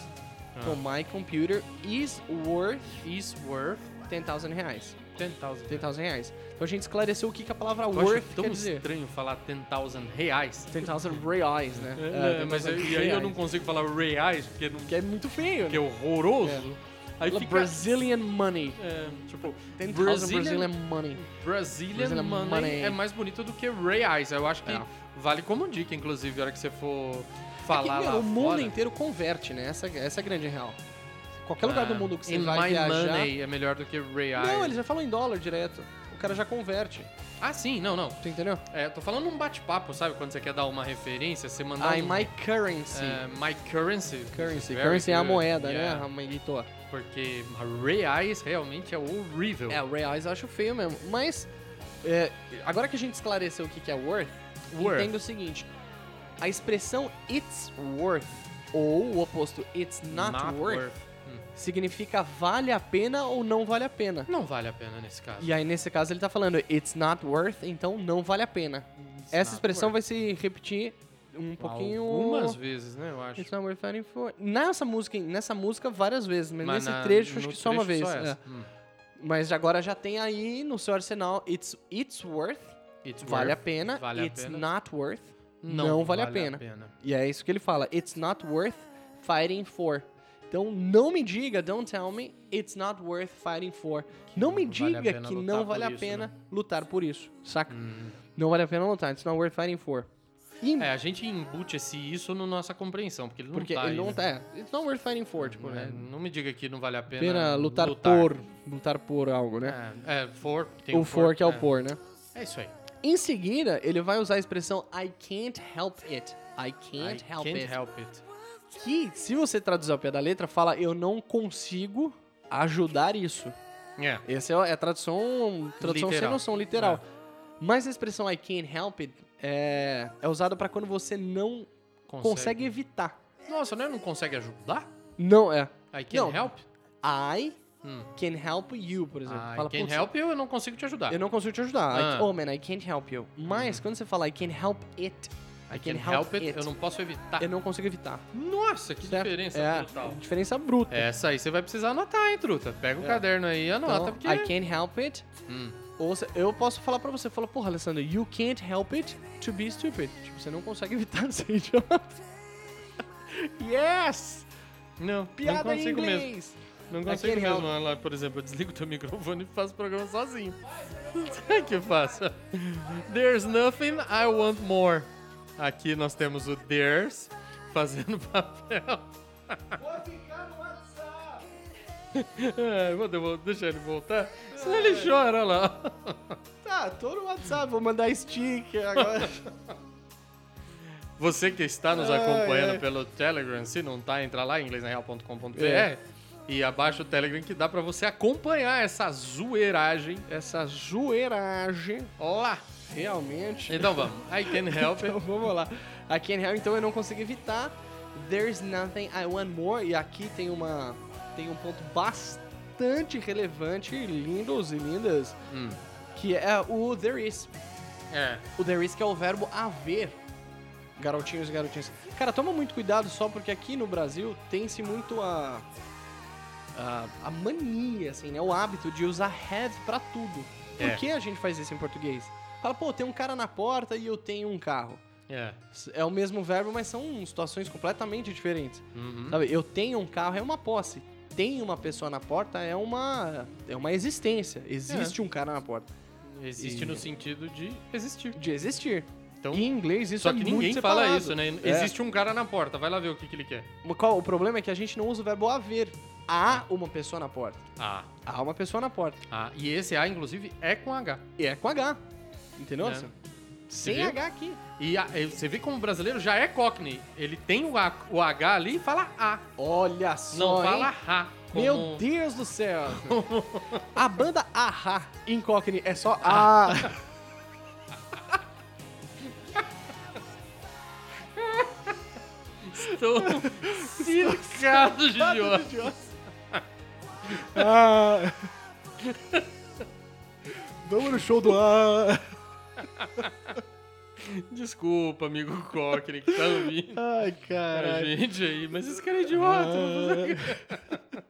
[SPEAKER 5] Ah.
[SPEAKER 6] Então, my computer is worth
[SPEAKER 5] Is worth
[SPEAKER 6] 10,000 reais.
[SPEAKER 5] 10,000.
[SPEAKER 6] 10,000 reais. Então, a gente esclareceu o que, que a palavra
[SPEAKER 5] Eu acho
[SPEAKER 6] worth
[SPEAKER 5] tão
[SPEAKER 6] quer dizer.
[SPEAKER 5] estranho falar 10,000 reais.
[SPEAKER 6] 10,000 reais, né?
[SPEAKER 5] É,
[SPEAKER 6] É,
[SPEAKER 5] né, mas
[SPEAKER 6] 10,000
[SPEAKER 5] aí- e aí eu não
[SPEAKER 6] reais.
[SPEAKER 5] consigo falar reais, porque, não,
[SPEAKER 6] Que é muito feio,
[SPEAKER 5] porque é
[SPEAKER 6] né?
[SPEAKER 5] horroroso. Aí fica...
[SPEAKER 6] Brazilian money.
[SPEAKER 5] É, tipo,
[SPEAKER 6] 10,000
[SPEAKER 5] Brazilian- é
[SPEAKER 6] Brazilian É money.
[SPEAKER 5] Brazilian,
[SPEAKER 6] Brazilian
[SPEAKER 5] money,
[SPEAKER 6] money.
[SPEAKER 5] é mais bonito do que reais. Eu acho que
[SPEAKER 6] É.
[SPEAKER 5] vale como dica, inclusive, a hora que você for
[SPEAKER 6] É que,
[SPEAKER 5] falar
[SPEAKER 6] meu,
[SPEAKER 5] lá
[SPEAKER 6] o mundo
[SPEAKER 5] fora.
[SPEAKER 6] inteiro converte, né? Essa, essa é a grande real. Qualquer lugar do
[SPEAKER 5] Ah,
[SPEAKER 6] mundo que você
[SPEAKER 5] in
[SPEAKER 6] vai
[SPEAKER 5] my
[SPEAKER 6] viajar...
[SPEAKER 5] money é melhor do que reais.
[SPEAKER 6] Não, ele já falou em dólar direto. O cara já converte,
[SPEAKER 5] Ah, sim, não, não.
[SPEAKER 6] tu entendeu?
[SPEAKER 5] É, eu tô falando um bate-papo, sabe? Quando você quer dar uma referência, você mandar
[SPEAKER 6] Ah,
[SPEAKER 5] um...
[SPEAKER 6] em my currency.
[SPEAKER 5] é, my currency.
[SPEAKER 6] Currency.
[SPEAKER 5] Very
[SPEAKER 6] Currency é a
[SPEAKER 5] good,
[SPEAKER 6] moeda, né,
[SPEAKER 5] yeah.
[SPEAKER 6] amiguito?
[SPEAKER 5] Porque reais realmente é horrível.
[SPEAKER 6] É, o reais eu acho feio mesmo. Mas, é, agora que a gente esclareceu o que que é worth,
[SPEAKER 5] Worth.
[SPEAKER 6] entenda o seguinte. A expressão it's worth, ou o oposto, it's not, worth,
[SPEAKER 5] Hum.
[SPEAKER 6] significa vale a pena ou não vale a pena.
[SPEAKER 5] Não vale a pena nesse caso.
[SPEAKER 6] E aí, nesse caso, ele tá falando it's not worth, então não vale a pena. Essa
[SPEAKER 5] not
[SPEAKER 6] expressão
[SPEAKER 5] worth.
[SPEAKER 6] vai se repetir um pouquinho.
[SPEAKER 5] Algumas vezes, né, eu acho.
[SPEAKER 6] It's not worth fighting for. Nessa música, nessa música várias vezes, mas, nesse
[SPEAKER 5] na-
[SPEAKER 6] trecho acho
[SPEAKER 5] no
[SPEAKER 6] que só uma vez.
[SPEAKER 5] trecho
[SPEAKER 6] é.
[SPEAKER 5] essa. Hum.
[SPEAKER 6] Mas agora já tem aí no seu arsenal it's, it's worth,
[SPEAKER 5] It's
[SPEAKER 6] vale a
[SPEAKER 5] worth,
[SPEAKER 6] pena,
[SPEAKER 5] vale a
[SPEAKER 6] it's
[SPEAKER 5] pena.
[SPEAKER 6] not worth, não, vale, a, pena. E é isso que ele fala, it's not worth fighting for. Então não me diga, don't tell me, it's not worth fighting for. não me
[SPEAKER 5] não vale a
[SPEAKER 6] diga
[SPEAKER 5] pena
[SPEAKER 6] que
[SPEAKER 5] lutar
[SPEAKER 6] não
[SPEAKER 5] por
[SPEAKER 6] vale a
[SPEAKER 5] isso,
[SPEAKER 6] pena
[SPEAKER 5] né? Hum.
[SPEAKER 6] lutar por isso, saca? Não vale a pena lutar, it's not worth fighting for. E-
[SPEAKER 5] É, a gente embute esse isso na nossa compreensão, porque ele não
[SPEAKER 6] porque
[SPEAKER 5] tá
[SPEAKER 6] ele
[SPEAKER 5] aí,
[SPEAKER 6] não
[SPEAKER 5] né?
[SPEAKER 6] tá, é, it's not worth fighting for, tipo,
[SPEAKER 5] É,
[SPEAKER 6] né?
[SPEAKER 5] Não me diga que não vale a pena,
[SPEAKER 6] Pena lutar, por, lutar por algo, né?
[SPEAKER 5] É, é, for. Tem
[SPEAKER 6] o for que é o
[SPEAKER 5] é.
[SPEAKER 6] por, né?
[SPEAKER 5] É isso aí.
[SPEAKER 6] Em seguida, ele vai usar a expressão I can't help it. I can't,
[SPEAKER 5] I
[SPEAKER 6] help,
[SPEAKER 5] can't
[SPEAKER 6] it.
[SPEAKER 5] help it.
[SPEAKER 6] Que, se você traduzir ao pé da letra, fala eu não consigo ajudar isso.
[SPEAKER 5] É.
[SPEAKER 6] Essa é a tradução, tradução sem
[SPEAKER 5] Literal. É.
[SPEAKER 6] noção, literal. Mas a expressão I can't help it é, é usada pra quando você não consegue. evitar.
[SPEAKER 5] Nossa, né? Não consegue ajudar?
[SPEAKER 6] Não, é.
[SPEAKER 5] I can't
[SPEAKER 6] Não.
[SPEAKER 5] help?
[SPEAKER 6] I
[SPEAKER 5] Hum. Ah,
[SPEAKER 6] can help you, por exemplo.
[SPEAKER 5] I
[SPEAKER 6] Fala,
[SPEAKER 5] can't
[SPEAKER 6] "Putz,
[SPEAKER 5] help you, eu não consigo te ajudar.
[SPEAKER 6] Eu não consigo te ajudar. I-
[SPEAKER 5] Tá. Ah.
[SPEAKER 6] oh, man, I can't help you. Mas quando você fala I can't help it,
[SPEAKER 5] I can help it, eu não posso evitar.
[SPEAKER 6] eu não consigo evitar.
[SPEAKER 5] Nossa, Ah. que
[SPEAKER 6] certo?
[SPEAKER 5] diferença
[SPEAKER 6] é,
[SPEAKER 5] brutal. É.
[SPEAKER 6] Diferença bruta.
[SPEAKER 5] Essa aí você vai precisar anotar, hein, truta? Pega o caderno aí e anota,
[SPEAKER 6] Então,
[SPEAKER 5] porque...
[SPEAKER 6] I can't help it.
[SPEAKER 5] Hum.
[SPEAKER 6] Ou você- eu posso falar pra você, fala, porra, Alessandro, you can't help it to be stupid. Tipo, você não consegue evitar <laughs> ser idiota. yes!
[SPEAKER 5] Não,
[SPEAKER 6] Piada
[SPEAKER 5] não
[SPEAKER 6] em
[SPEAKER 5] consigo
[SPEAKER 6] inglês.
[SPEAKER 5] mesmo. Não
[SPEAKER 6] I
[SPEAKER 5] consigo
[SPEAKER 6] can't
[SPEAKER 5] mesmo.
[SPEAKER 6] help.
[SPEAKER 5] Olha Lá, por exemplo, eu desligo teu <laughs> microfone e faço o programa sozinho. <laughs> Sabe o que eu faço? There's nothing I want more. Aqui nós temos o there's fazendo <laughs> papel. <laughs> É, vou, devol- deixa ele voltar, senão ele chora olha lá.
[SPEAKER 6] Tá, tô no WhatsApp, vou mandar stick
[SPEAKER 5] <laughs>
[SPEAKER 6] agora.
[SPEAKER 5] Você que está nos
[SPEAKER 6] Ai,
[SPEAKER 5] acompanhando
[SPEAKER 6] ai.
[SPEAKER 5] pelo Telegram, se não tá, entra lá em inglesnareal.com.br
[SPEAKER 6] É.
[SPEAKER 5] e abaixa o Telegram que dá pra você acompanhar essa zoeiragem
[SPEAKER 6] Essa zoeiragem,
[SPEAKER 5] lá.
[SPEAKER 6] realmente.
[SPEAKER 5] Então vamos. I can help
[SPEAKER 6] Então
[SPEAKER 5] it.
[SPEAKER 6] <laughs> vamos lá. I can't help, então eu não consigo evitar. There's nothing I want more. E aqui tem uma. Tem um ponto bastante relevante, lindos e lindas.
[SPEAKER 5] Hum.
[SPEAKER 6] Que é o there is.
[SPEAKER 5] É.
[SPEAKER 6] O there is que é o verbo haver. Garotinhos e garotinhas. Cara, toma muito cuidado só porque aqui no Brasil tem-se muito a, a. a mania, assim, né? O hábito de usar have pra tudo. Por
[SPEAKER 5] É.
[SPEAKER 6] que a gente faz isso em português? Fala, pô, tem um cara na porta e eu tenho um carro.
[SPEAKER 5] É.
[SPEAKER 6] É o mesmo verbo, mas são situações completamente diferentes.
[SPEAKER 5] Uhum. Hum.
[SPEAKER 6] Sabe, eu tenho um carro é uma posse. Tem uma pessoa na porta é uma é uma existência. Existe
[SPEAKER 5] É.
[SPEAKER 6] um cara na porta
[SPEAKER 5] Existe
[SPEAKER 6] E-
[SPEAKER 5] no sentido de existir.
[SPEAKER 6] de existir.
[SPEAKER 5] Então,
[SPEAKER 6] em inglês isso
[SPEAKER 5] só
[SPEAKER 6] é
[SPEAKER 5] que
[SPEAKER 6] muito
[SPEAKER 5] ninguém
[SPEAKER 6] separado.
[SPEAKER 5] fala isso, né?
[SPEAKER 6] É.
[SPEAKER 5] Existe um cara na porta, vai lá ver o que, que ele quer.
[SPEAKER 6] Qual- o problema é que a gente não usa o verbo haver. Há uma pessoa na porta.
[SPEAKER 5] Ah.
[SPEAKER 6] Há uma pessoa na porta.
[SPEAKER 5] ah. E esse A, inclusive, é com H.
[SPEAKER 6] E é com H. Entendeu?
[SPEAKER 5] É.
[SPEAKER 6] Sem
[SPEAKER 5] viu?
[SPEAKER 6] H aqui.
[SPEAKER 5] E a- e você vê como o brasileiro já é cockney. Ele tem o, A- o H ali e fala A.
[SPEAKER 6] Olha só.
[SPEAKER 5] Não
[SPEAKER 6] hein?
[SPEAKER 5] fala H.
[SPEAKER 6] Meu Deus
[SPEAKER 5] <laughs>
[SPEAKER 6] do céu! A banda Ahá em Cockney é só A.
[SPEAKER 5] <laughs> Estou
[SPEAKER 6] <laughs>
[SPEAKER 5] <laughs> ciscado de idiota.
[SPEAKER 6] Ah. Vamos no show do A.
[SPEAKER 5] Desculpa, amigo Cockney, que tá ouvindo
[SPEAKER 6] Ai,
[SPEAKER 5] a
[SPEAKER 6] caralho.
[SPEAKER 5] gente aí. Mas esse cara é idiota. não faz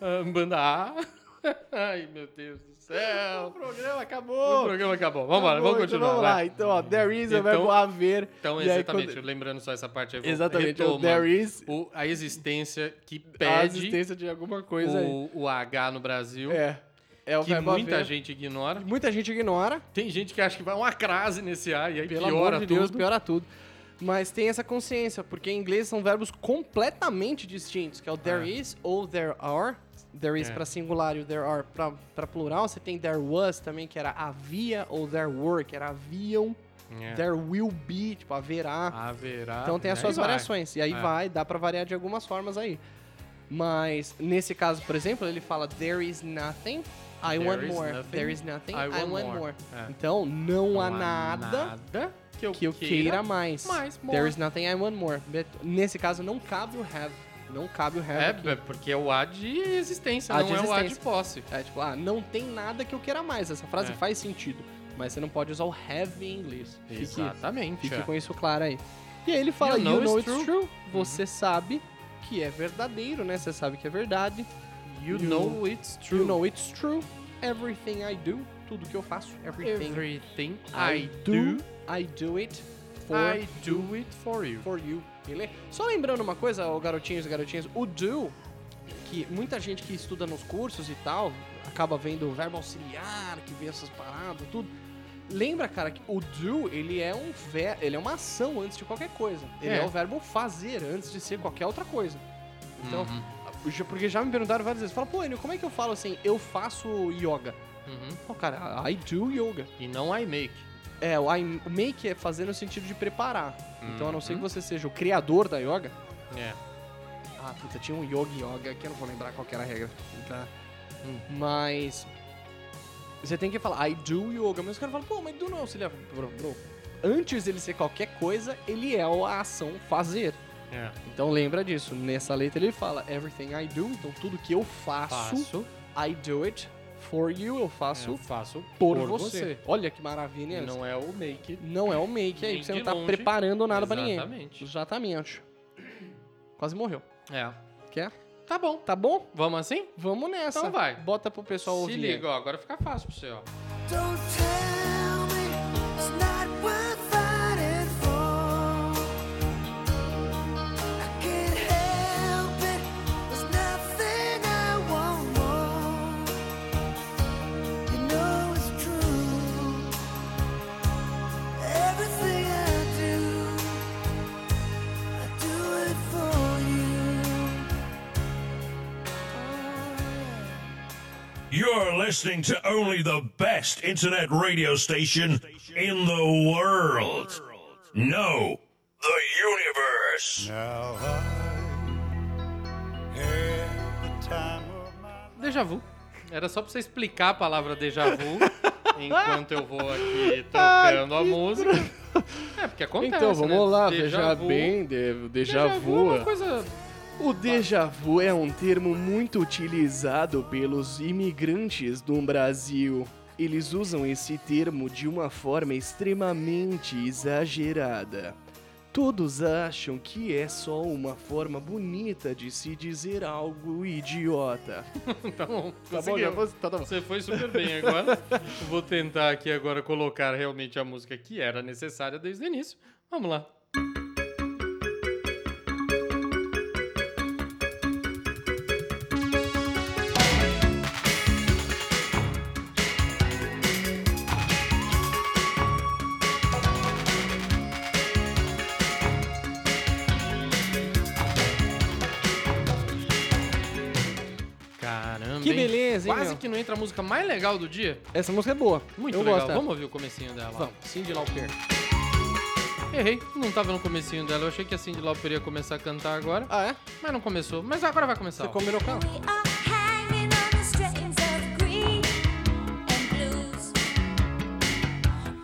[SPEAKER 5] Ah, Banda A. <laughs> Ai, meu Deus do céu. O programa acabou. O programa acabou. Vamos embora, vamos
[SPEAKER 6] Então,
[SPEAKER 5] continuar.
[SPEAKER 6] Vamos lá,
[SPEAKER 5] vai.
[SPEAKER 6] então, ó, there is é
[SPEAKER 5] Então-
[SPEAKER 6] verbo haver.
[SPEAKER 5] Então,
[SPEAKER 6] E aí,
[SPEAKER 5] exatamente,
[SPEAKER 6] quando-
[SPEAKER 5] lembrando só essa parte aí. vou-
[SPEAKER 6] Exatamente, o
[SPEAKER 5] retoma
[SPEAKER 6] there is
[SPEAKER 5] o- a existência que
[SPEAKER 6] a
[SPEAKER 5] pede
[SPEAKER 6] existência de alguma coisa aí.
[SPEAKER 5] o, o H no Brasil,
[SPEAKER 6] É. É o
[SPEAKER 5] que
[SPEAKER 6] verbo
[SPEAKER 5] muita
[SPEAKER 6] haver.
[SPEAKER 5] gente ignora.
[SPEAKER 6] Muita gente ignora,
[SPEAKER 5] Tem gente que acha que vai uma crase nesse A e aí
[SPEAKER 6] pelo
[SPEAKER 5] piora
[SPEAKER 6] amor de
[SPEAKER 5] tudo.
[SPEAKER 6] Deus, piora tudo. Mas tem essa consciência, porque em inglês são verbos completamente distintos, que é o there
[SPEAKER 5] Ah.
[SPEAKER 6] is ou there are. There is
[SPEAKER 5] É.
[SPEAKER 6] pra singular e o there are pra, pra plural. Você tem there was também, que era havia, ou there were, que era haviam.
[SPEAKER 5] É.
[SPEAKER 6] There will be, tipo, haverá.
[SPEAKER 5] Haverá.
[SPEAKER 6] Então tem as
[SPEAKER 5] Aí
[SPEAKER 6] suas
[SPEAKER 5] vai.
[SPEAKER 6] variações. E aí
[SPEAKER 5] É.
[SPEAKER 6] vai, dá pra variar de algumas formas aí. Mas nesse caso, por exemplo, ele fala There is nothing, I
[SPEAKER 5] There
[SPEAKER 6] want
[SPEAKER 5] is
[SPEAKER 6] more.
[SPEAKER 5] nothing,
[SPEAKER 6] There is nothing, I, want, more.
[SPEAKER 5] É.
[SPEAKER 6] Então, não,
[SPEAKER 5] Não
[SPEAKER 6] há nada,
[SPEAKER 5] nada que eu,
[SPEAKER 6] que eu queira mais.
[SPEAKER 5] mais, more.
[SPEAKER 6] There is nothing, I want more. But nesse caso, não cabe o have. Não cabe o have. aqui.
[SPEAKER 5] É, é, porque é o A de existência,
[SPEAKER 6] A
[SPEAKER 5] não
[SPEAKER 6] de
[SPEAKER 5] é o A de
[SPEAKER 6] existência.
[SPEAKER 5] posse.
[SPEAKER 6] É tipo, ah, não tem nada que eu queira mais. Essa frase
[SPEAKER 5] É.
[SPEAKER 6] faz sentido. Mas você não pode usar o have em inglês. Fique-
[SPEAKER 5] Exatamente.
[SPEAKER 6] Fique
[SPEAKER 5] é.
[SPEAKER 6] com isso claro aí. E aí ele fala,
[SPEAKER 5] You
[SPEAKER 6] you
[SPEAKER 5] know
[SPEAKER 6] know,
[SPEAKER 5] it's Uhum.
[SPEAKER 6] it's true. Você sabe que é verdadeiro, né? Você sabe que é verdade.
[SPEAKER 5] You,
[SPEAKER 6] You-
[SPEAKER 5] know it's true.
[SPEAKER 6] You know it's true. Everything I do, tudo que eu faço, everything,
[SPEAKER 5] Everything
[SPEAKER 6] I do, I do it for,
[SPEAKER 5] I do it for you.
[SPEAKER 6] for you. Beleza? Só lembrando uma coisa, ô garotinhos e garotinhas, o do, que muita gente que estuda nos cursos e tal, acaba vendo o verbo auxiliar, que vê essas paradas, tudo. Lembra, cara, que o do, ele é um ver, ele é uma ação antes de qualquer coisa. Ele
[SPEAKER 5] É.
[SPEAKER 6] é, o verbo fazer antes de ser qualquer outra coisa. Então,
[SPEAKER 5] Uhum.
[SPEAKER 6] já- porque já me perguntaram várias vezes, fala, pô, Enio, como é que eu falo assim, eu faço yoga?
[SPEAKER 5] Uhum.
[SPEAKER 6] Pô, cara, I do yoga.
[SPEAKER 5] E não I make.
[SPEAKER 6] É, o I o make é fazer no sentido de preparar. Então, a não ser
[SPEAKER 5] Uhum.
[SPEAKER 6] que você seja o criador da yoga.
[SPEAKER 5] É.
[SPEAKER 6] Ah, puta, tinha um yogi yoga que eu não vou lembrar qual que era a regra. Tá. Mas. Você tem que falar, I do yoga. Mas o cara fala, pô, mas do não, se ele é. Bro, bro. Antes dele ser qualquer coisa, ele é a ação fazer.
[SPEAKER 5] É.
[SPEAKER 6] Então lembra disso. Nessa letra ele fala, everything I do, então tudo que eu faço,
[SPEAKER 5] Faço
[SPEAKER 6] I do it For you eu faço
[SPEAKER 5] Eu faço
[SPEAKER 6] por, você. Olha que maravilha. Não,
[SPEAKER 5] Não é o make.
[SPEAKER 6] não é o make aí,
[SPEAKER 5] Nem
[SPEAKER 6] você não
[SPEAKER 5] de
[SPEAKER 6] tá
[SPEAKER 5] longe.
[SPEAKER 6] preparando nada pra ninguém.
[SPEAKER 5] Exatamente.
[SPEAKER 6] Exatamente. Quase morreu.
[SPEAKER 5] É.
[SPEAKER 6] Quer?
[SPEAKER 5] Tá bom.
[SPEAKER 6] Tá bom?
[SPEAKER 5] Vamos assim?
[SPEAKER 6] Vamos nessa.
[SPEAKER 5] Então vai.
[SPEAKER 6] Bota pro pessoal
[SPEAKER 5] Se
[SPEAKER 6] ouvir. aí.
[SPEAKER 5] liga, ó, agora fica fácil pra você, ó.
[SPEAKER 8] Don't tell me it's not worth fighting for. I can't help it. There's nothing I want more. You know it's true. Everything I do, I do it for you.
[SPEAKER 9] You're listening to only the best internet radio station in the world. No, the universe.
[SPEAKER 4] Now I had the time of my life.
[SPEAKER 5] Déjà vu. Era só pra você explicar a palavra déjà
[SPEAKER 6] <laughs>
[SPEAKER 5] vu enquanto eu vou aqui trocando a música. É, porque acontece.
[SPEAKER 6] Então vamos
[SPEAKER 5] né?
[SPEAKER 6] lá,
[SPEAKER 5] Déjà
[SPEAKER 6] veja
[SPEAKER 5] vu.
[SPEAKER 6] bem, de- déjà,
[SPEAKER 5] Déjà vu é
[SPEAKER 6] vu.
[SPEAKER 5] uma coisa.
[SPEAKER 6] O déjà vu é um termo muito utilizado pelos imigrantes no Brasil. Eles usam esse termo de uma forma extremamente exagerada. Todos acham que é só uma forma bonita de se dizer algo idiota.
[SPEAKER 5] Tá bom,
[SPEAKER 6] Tá bom,
[SPEAKER 5] conseguiu.
[SPEAKER 6] já vou- tá, tá bom.
[SPEAKER 5] Você foi super bem
[SPEAKER 6] <laughs>
[SPEAKER 5] agora. Vou tentar aqui agora colocar realmente a música que era necessária desde o início. Vamos lá. Caramba,
[SPEAKER 6] Que
[SPEAKER 5] hein?
[SPEAKER 6] beleza, hein,
[SPEAKER 5] Quase
[SPEAKER 6] meu?
[SPEAKER 5] que não entra a música mais legal do dia.
[SPEAKER 6] Essa música é boa.
[SPEAKER 5] Muito
[SPEAKER 6] Eu
[SPEAKER 5] legal.
[SPEAKER 6] gosto. dela.
[SPEAKER 5] Vamos ouvir o comecinho dela.
[SPEAKER 6] Vamos, Cindy Lauper.
[SPEAKER 5] Errei, não tava no comecinho dela. Eu achei que a Cindy Lauper ia começar a cantar agora,
[SPEAKER 6] Ah, é?
[SPEAKER 5] mas não começou. Mas agora vai começar.
[SPEAKER 6] Você
[SPEAKER 5] ó.
[SPEAKER 6] combinou com ela?
[SPEAKER 10] We are hanging on the strings of green and blues.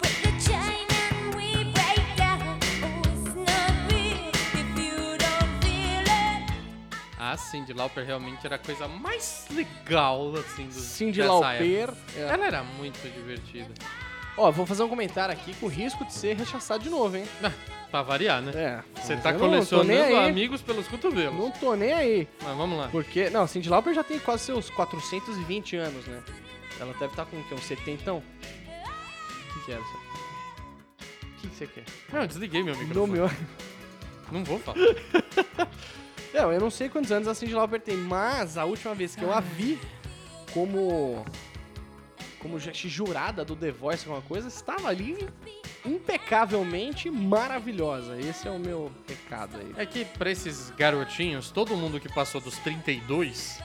[SPEAKER 10] With the chain and we break down. Oh, it's not real if you don't feel it.
[SPEAKER 5] A Ah, Cindy Lauper realmente era a coisa mais legal, assim, do,
[SPEAKER 6] Cindy
[SPEAKER 5] dessa
[SPEAKER 6] Lauper.
[SPEAKER 5] época.
[SPEAKER 6] é.
[SPEAKER 5] Ela era muito divertida.
[SPEAKER 6] Ó, vou fazer um comentário aqui com risco de ser rechaçado de novo, hein?
[SPEAKER 5] Ah, pra variar, né?
[SPEAKER 6] É.
[SPEAKER 5] Você tá
[SPEAKER 6] eu não tô nem
[SPEAKER 5] colecionando
[SPEAKER 6] aí.
[SPEAKER 5] amigos pelos cotovelos.
[SPEAKER 6] Não tô nem aí.
[SPEAKER 5] Mas vamos lá.
[SPEAKER 6] Porque, não, Cindy Lauper já tem quase seus 420 anos, né? Ela deve estar com o quê? Um setentão? O que, que é essa? O que, que você quer?
[SPEAKER 5] Não, eu desliguei meu
[SPEAKER 6] No
[SPEAKER 5] microfone.
[SPEAKER 6] meu.
[SPEAKER 5] Não vou falar.
[SPEAKER 6] Não, eu não sei quantos anos a Cindy Lauper tem, mas a última vez que eu a vi como. como gente jurada do The Voice, alguma coisa, estava ali impecavelmente maravilhosa. Esse é o meu recado aí.
[SPEAKER 5] É que pra esses garotinhos, todo mundo que passou dos 32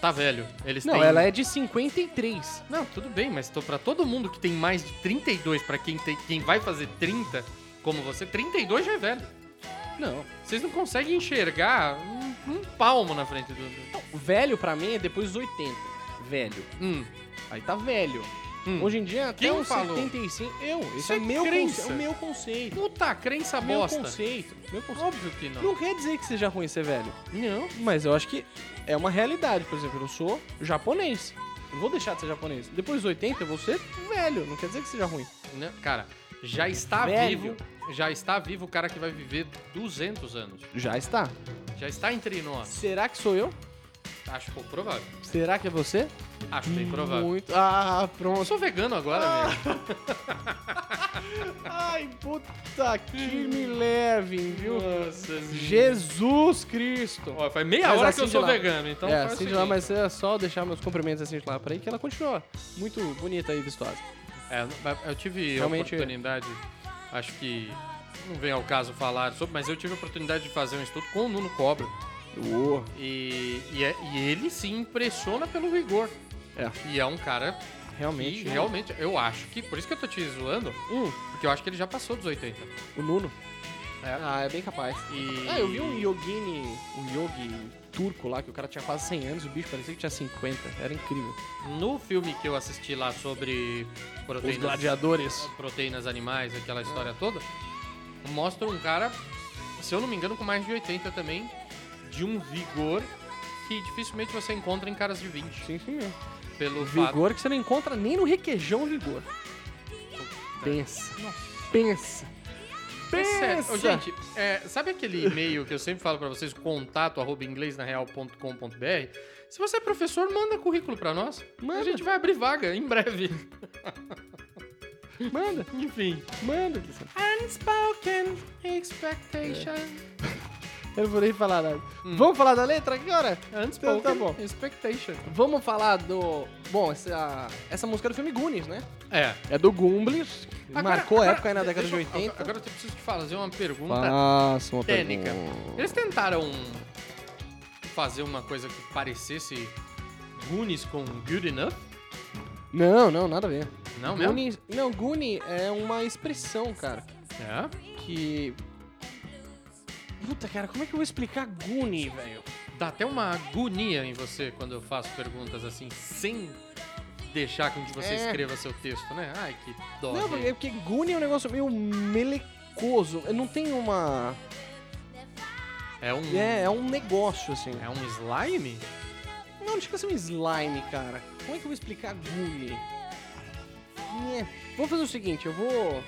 [SPEAKER 5] tá velho. Eles
[SPEAKER 6] Não,
[SPEAKER 5] têm...
[SPEAKER 6] ela é de 53.
[SPEAKER 5] Não, tudo bem, mas tô pra todo mundo que tem mais de 32, pra quem, tem, quem vai fazer 30, como você, 32 já é velho.
[SPEAKER 6] Não.
[SPEAKER 5] Vocês não conseguem enxergar um, um palmo na frente do. do-
[SPEAKER 6] Velho pra mim é depois dos 80. Velho.
[SPEAKER 5] Hum,
[SPEAKER 6] Aí tá velho.
[SPEAKER 5] hum.
[SPEAKER 6] Hoje em dia até
[SPEAKER 5] Quem
[SPEAKER 6] uns
[SPEAKER 5] falou?
[SPEAKER 6] 75. Eu,
[SPEAKER 5] Isso
[SPEAKER 6] isso
[SPEAKER 5] é
[SPEAKER 6] é, meu
[SPEAKER 5] crença.
[SPEAKER 6] conce- é o meu conceito.
[SPEAKER 5] Puta, crença
[SPEAKER 6] Meu
[SPEAKER 5] bosta.
[SPEAKER 6] conceito. Meu conceito.
[SPEAKER 5] Óbvio que não. é
[SPEAKER 6] Não quer dizer que seja ruim ser velho.
[SPEAKER 5] Não.
[SPEAKER 6] Mas eu acho que é uma realidade. Por exemplo, eu sou japonês. Eu vou deixar de ser japonês. Depois dos 80 eu vou ser velho. Não quer dizer que seja ruim.
[SPEAKER 5] Não, Né? Cara, já está
[SPEAKER 6] Velho.
[SPEAKER 5] vivo. Já está vivo o cara que vai viver 200 anos.
[SPEAKER 6] Já está.
[SPEAKER 5] Já está entre nós.
[SPEAKER 6] Será que sou eu?
[SPEAKER 5] Acho pouco provável.
[SPEAKER 6] Será que é você? Hum,
[SPEAKER 5] Acho bem provável.
[SPEAKER 6] Muito. Ah,
[SPEAKER 5] Eu
[SPEAKER 6] pronto.
[SPEAKER 5] sou vegano agora, amigo.
[SPEAKER 6] Ai, puta que me levem, viu?
[SPEAKER 5] Hum. Nossa,
[SPEAKER 6] Jesus Cristo.
[SPEAKER 5] Ó, faz meia
[SPEAKER 6] Mas
[SPEAKER 5] hora
[SPEAKER 6] a
[SPEAKER 5] que eu
[SPEAKER 6] Cindy
[SPEAKER 5] sou
[SPEAKER 6] lá-
[SPEAKER 5] vegano, então
[SPEAKER 6] é,
[SPEAKER 5] faz o
[SPEAKER 6] Cindy lá,
[SPEAKER 5] seguinte.
[SPEAKER 6] mas é só deixar meus cumprimentos assim de lá pra aí, que ela continua muito bonita e vistosa.
[SPEAKER 5] É, mas eu tive
[SPEAKER 6] Realmente-
[SPEAKER 5] a oportunidade, acho que não vem ao caso falar sobre, mas eu tive a oportunidade de fazer um estudo com o Nuno Cobra. E, e, é- e ele se impressiona pelo rigor.
[SPEAKER 6] É.
[SPEAKER 5] E é um cara
[SPEAKER 6] Realmente. né?
[SPEAKER 5] que realmente, eu acho que, por isso que eu tô te zoando,
[SPEAKER 6] Hum,
[SPEAKER 5] porque eu acho que ele já passou dos 80.
[SPEAKER 6] o Nuno.
[SPEAKER 5] É.
[SPEAKER 6] Ah, é bem capaz.
[SPEAKER 5] E...
[SPEAKER 6] Ah, eu vi um yogini, um yogi turco lá, que o cara tinha quase 100 anos, o bicho parecia que tinha 50. Era incrível.
[SPEAKER 5] No filme que eu assisti lá sobre
[SPEAKER 6] Os
[SPEAKER 5] proteínas,
[SPEAKER 6] gladiadores.
[SPEAKER 5] proteínas animais, aquela história toda, mostra um cara, se eu não me engano, com mais de 80 também, de um vigor que dificilmente você encontra em caras de 20.
[SPEAKER 6] Sim, sim.
[SPEAKER 5] pelo fato.
[SPEAKER 6] Vigor que você não encontra nem no requeijão vigor. Pensa. Pensa.
[SPEAKER 5] Pensa.
[SPEAKER 6] Pensa.
[SPEAKER 5] É Ô, gente, é, sabe aquele e-mail que eu sempre falo pra vocês, contato arroba inglesnareal.com.br? Se você é professor, manda currículo pra nós. A
[SPEAKER 6] Manda.
[SPEAKER 5] gente vai abrir vaga em breve.
[SPEAKER 6] Manda,
[SPEAKER 5] Enfim.
[SPEAKER 6] manda.
[SPEAKER 5] Unspoken expectation.
[SPEAKER 6] Eu não vou nem falar nada.
[SPEAKER 5] Hum.
[SPEAKER 6] Vamos falar da letra agora?
[SPEAKER 5] Unspoken
[SPEAKER 6] Então tá bom.
[SPEAKER 5] expectation.
[SPEAKER 6] Vamos falar do... Bom, essa, essa música é do filme Goonies, né?
[SPEAKER 5] É.
[SPEAKER 6] É do Goomblis.
[SPEAKER 5] Agora-
[SPEAKER 6] Marcou a
[SPEAKER 5] agora-
[SPEAKER 6] época aí na década de
[SPEAKER 5] deixa eu-
[SPEAKER 6] 80.
[SPEAKER 5] Agora eu te preciso te fazer uma pergunta
[SPEAKER 6] Faça uma
[SPEAKER 5] técnica.
[SPEAKER 6] pergunta.
[SPEAKER 5] Eles tentaram fazer uma coisa que parecesse Goonies com Good Enough?
[SPEAKER 6] Não, não, nada a ver.
[SPEAKER 5] Não mesmo?
[SPEAKER 6] Goonie, não, Goonie é uma expressão, cara,
[SPEAKER 5] É.
[SPEAKER 6] que... Puta, cara, como é que eu vou explicar Goonie, velho?
[SPEAKER 5] Dá até uma agonia em você quando eu faço perguntas assim, sem deixar com que você
[SPEAKER 6] É.
[SPEAKER 5] escreva seu texto, né? Ai, que dó.
[SPEAKER 6] Não, porque,
[SPEAKER 5] dele.
[SPEAKER 6] porque Goonie é um negócio meio melecoso. Não tem uma...
[SPEAKER 5] É um.
[SPEAKER 6] É, é um negócio, assim.
[SPEAKER 5] É um slime?
[SPEAKER 6] Não, não chega a ser um slime, cara. Como é que eu vou explicar Goonie? É. Vamos fazer o seguinte, eu vou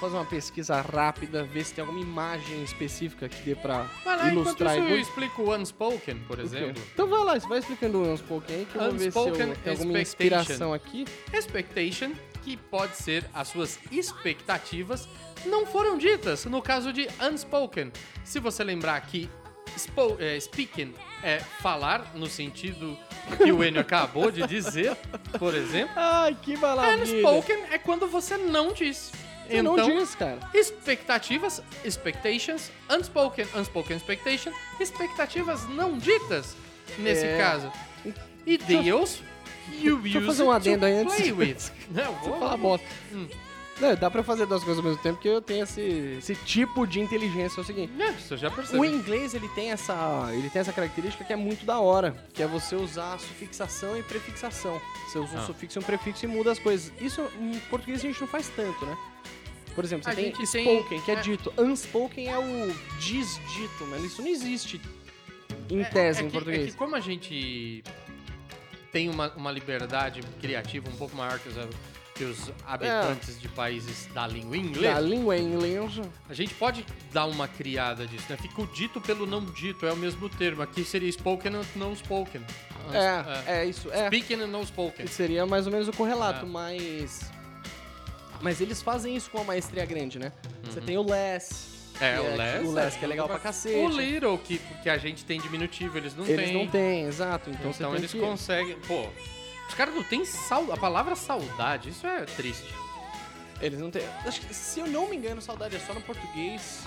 [SPEAKER 6] fazer uma pesquisa rápida, ver se tem alguma imagem específica que dê pra
[SPEAKER 5] Vai lá, enquanto
[SPEAKER 6] ilustrar.
[SPEAKER 5] isso eu
[SPEAKER 6] Goonie.
[SPEAKER 5] explico o Unspoken, por
[SPEAKER 6] Ok.
[SPEAKER 5] exemplo.
[SPEAKER 6] Então vai lá, você vai explicando uns pouquinho aí que eu vou ver se eu
[SPEAKER 5] Unspoken
[SPEAKER 6] tenho alguma
[SPEAKER 5] expectation.
[SPEAKER 6] inspiração aqui.
[SPEAKER 5] Expectation, que pode ser as suas expectativas, não foram ditas, no caso de unspoken. Se você lembrar que spo- eh, speaking é falar no sentido que o Enio acabou de dizer, por
[SPEAKER 6] <laughs>
[SPEAKER 5] exemplo,
[SPEAKER 6] Ai, que maravilha.
[SPEAKER 5] unspoken é quando você não diz.
[SPEAKER 6] Você
[SPEAKER 5] então,
[SPEAKER 6] não diz, cara.
[SPEAKER 5] expectativas, expectations, unspoken, unspoken expectation, expectativas não ditas, nesse
[SPEAKER 6] É.
[SPEAKER 5] caso. E Deus, you
[SPEAKER 6] deixa eu
[SPEAKER 5] use
[SPEAKER 6] fazer um
[SPEAKER 5] it
[SPEAKER 6] adendo
[SPEAKER 5] to
[SPEAKER 6] aí antes.
[SPEAKER 5] play
[SPEAKER 6] <laughs>
[SPEAKER 5] with. Não,
[SPEAKER 6] Você
[SPEAKER 5] vou
[SPEAKER 6] fala bosta.
[SPEAKER 5] Hum.
[SPEAKER 6] Não, dá pra eu fazer duas coisas ao mesmo tempo, porque eu tenho esse, esse tipo de inteligência. É o seguinte,
[SPEAKER 5] É, você já
[SPEAKER 6] o
[SPEAKER 5] percebeu.
[SPEAKER 6] inglês, ele tem, essa, ele tem essa característica que é muito da hora, que é você usar sufixação e prefixação. Você usa um
[SPEAKER 5] Ah.
[SPEAKER 6] sufixo e um prefixo e muda as coisas. Isso, em português, a gente não faz tanto, né? Por exemplo, você
[SPEAKER 5] A
[SPEAKER 6] tem
[SPEAKER 5] gente tem-
[SPEAKER 6] spoken, que é,
[SPEAKER 5] é.
[SPEAKER 6] dito. Unspoken é o desdito, mas isso não existe em tese,
[SPEAKER 5] é
[SPEAKER 6] em
[SPEAKER 5] que,
[SPEAKER 6] português.
[SPEAKER 5] É que como a gente tem uma, uma liberdade criativa um pouco maior que os, que
[SPEAKER 6] É.
[SPEAKER 5] os habitantes de países da língua inglesa,
[SPEAKER 6] Da língua inglesa.
[SPEAKER 5] a gente pode dar uma criada disso, né? Fica o dito pelo não dito, é o mesmo termo. Aqui seria spoken and não spoken. Uns-
[SPEAKER 6] É, é isso. É.
[SPEAKER 5] Speaking and não spoken.
[SPEAKER 6] Seria mais ou menos o correlato,
[SPEAKER 5] É.
[SPEAKER 6] mas. Mas eles fazem isso com uma maestria grande, né? Você tem o less.
[SPEAKER 5] Uhum. É,
[SPEAKER 6] que
[SPEAKER 5] o less,
[SPEAKER 6] O less, que é legal pra cacete.
[SPEAKER 5] O little, que, que a gente tem diminutivo, eles não
[SPEAKER 6] eles
[SPEAKER 5] têm.
[SPEAKER 6] não têm, exato. Então,
[SPEAKER 5] Então,
[SPEAKER 6] você tem
[SPEAKER 5] eles
[SPEAKER 6] que...
[SPEAKER 5] conseguem. Pô, os caras não têm saudade. A palavra saudade, isso é triste.
[SPEAKER 6] Eles não têm. Acho que, se eu não me engano, saudade é só no português.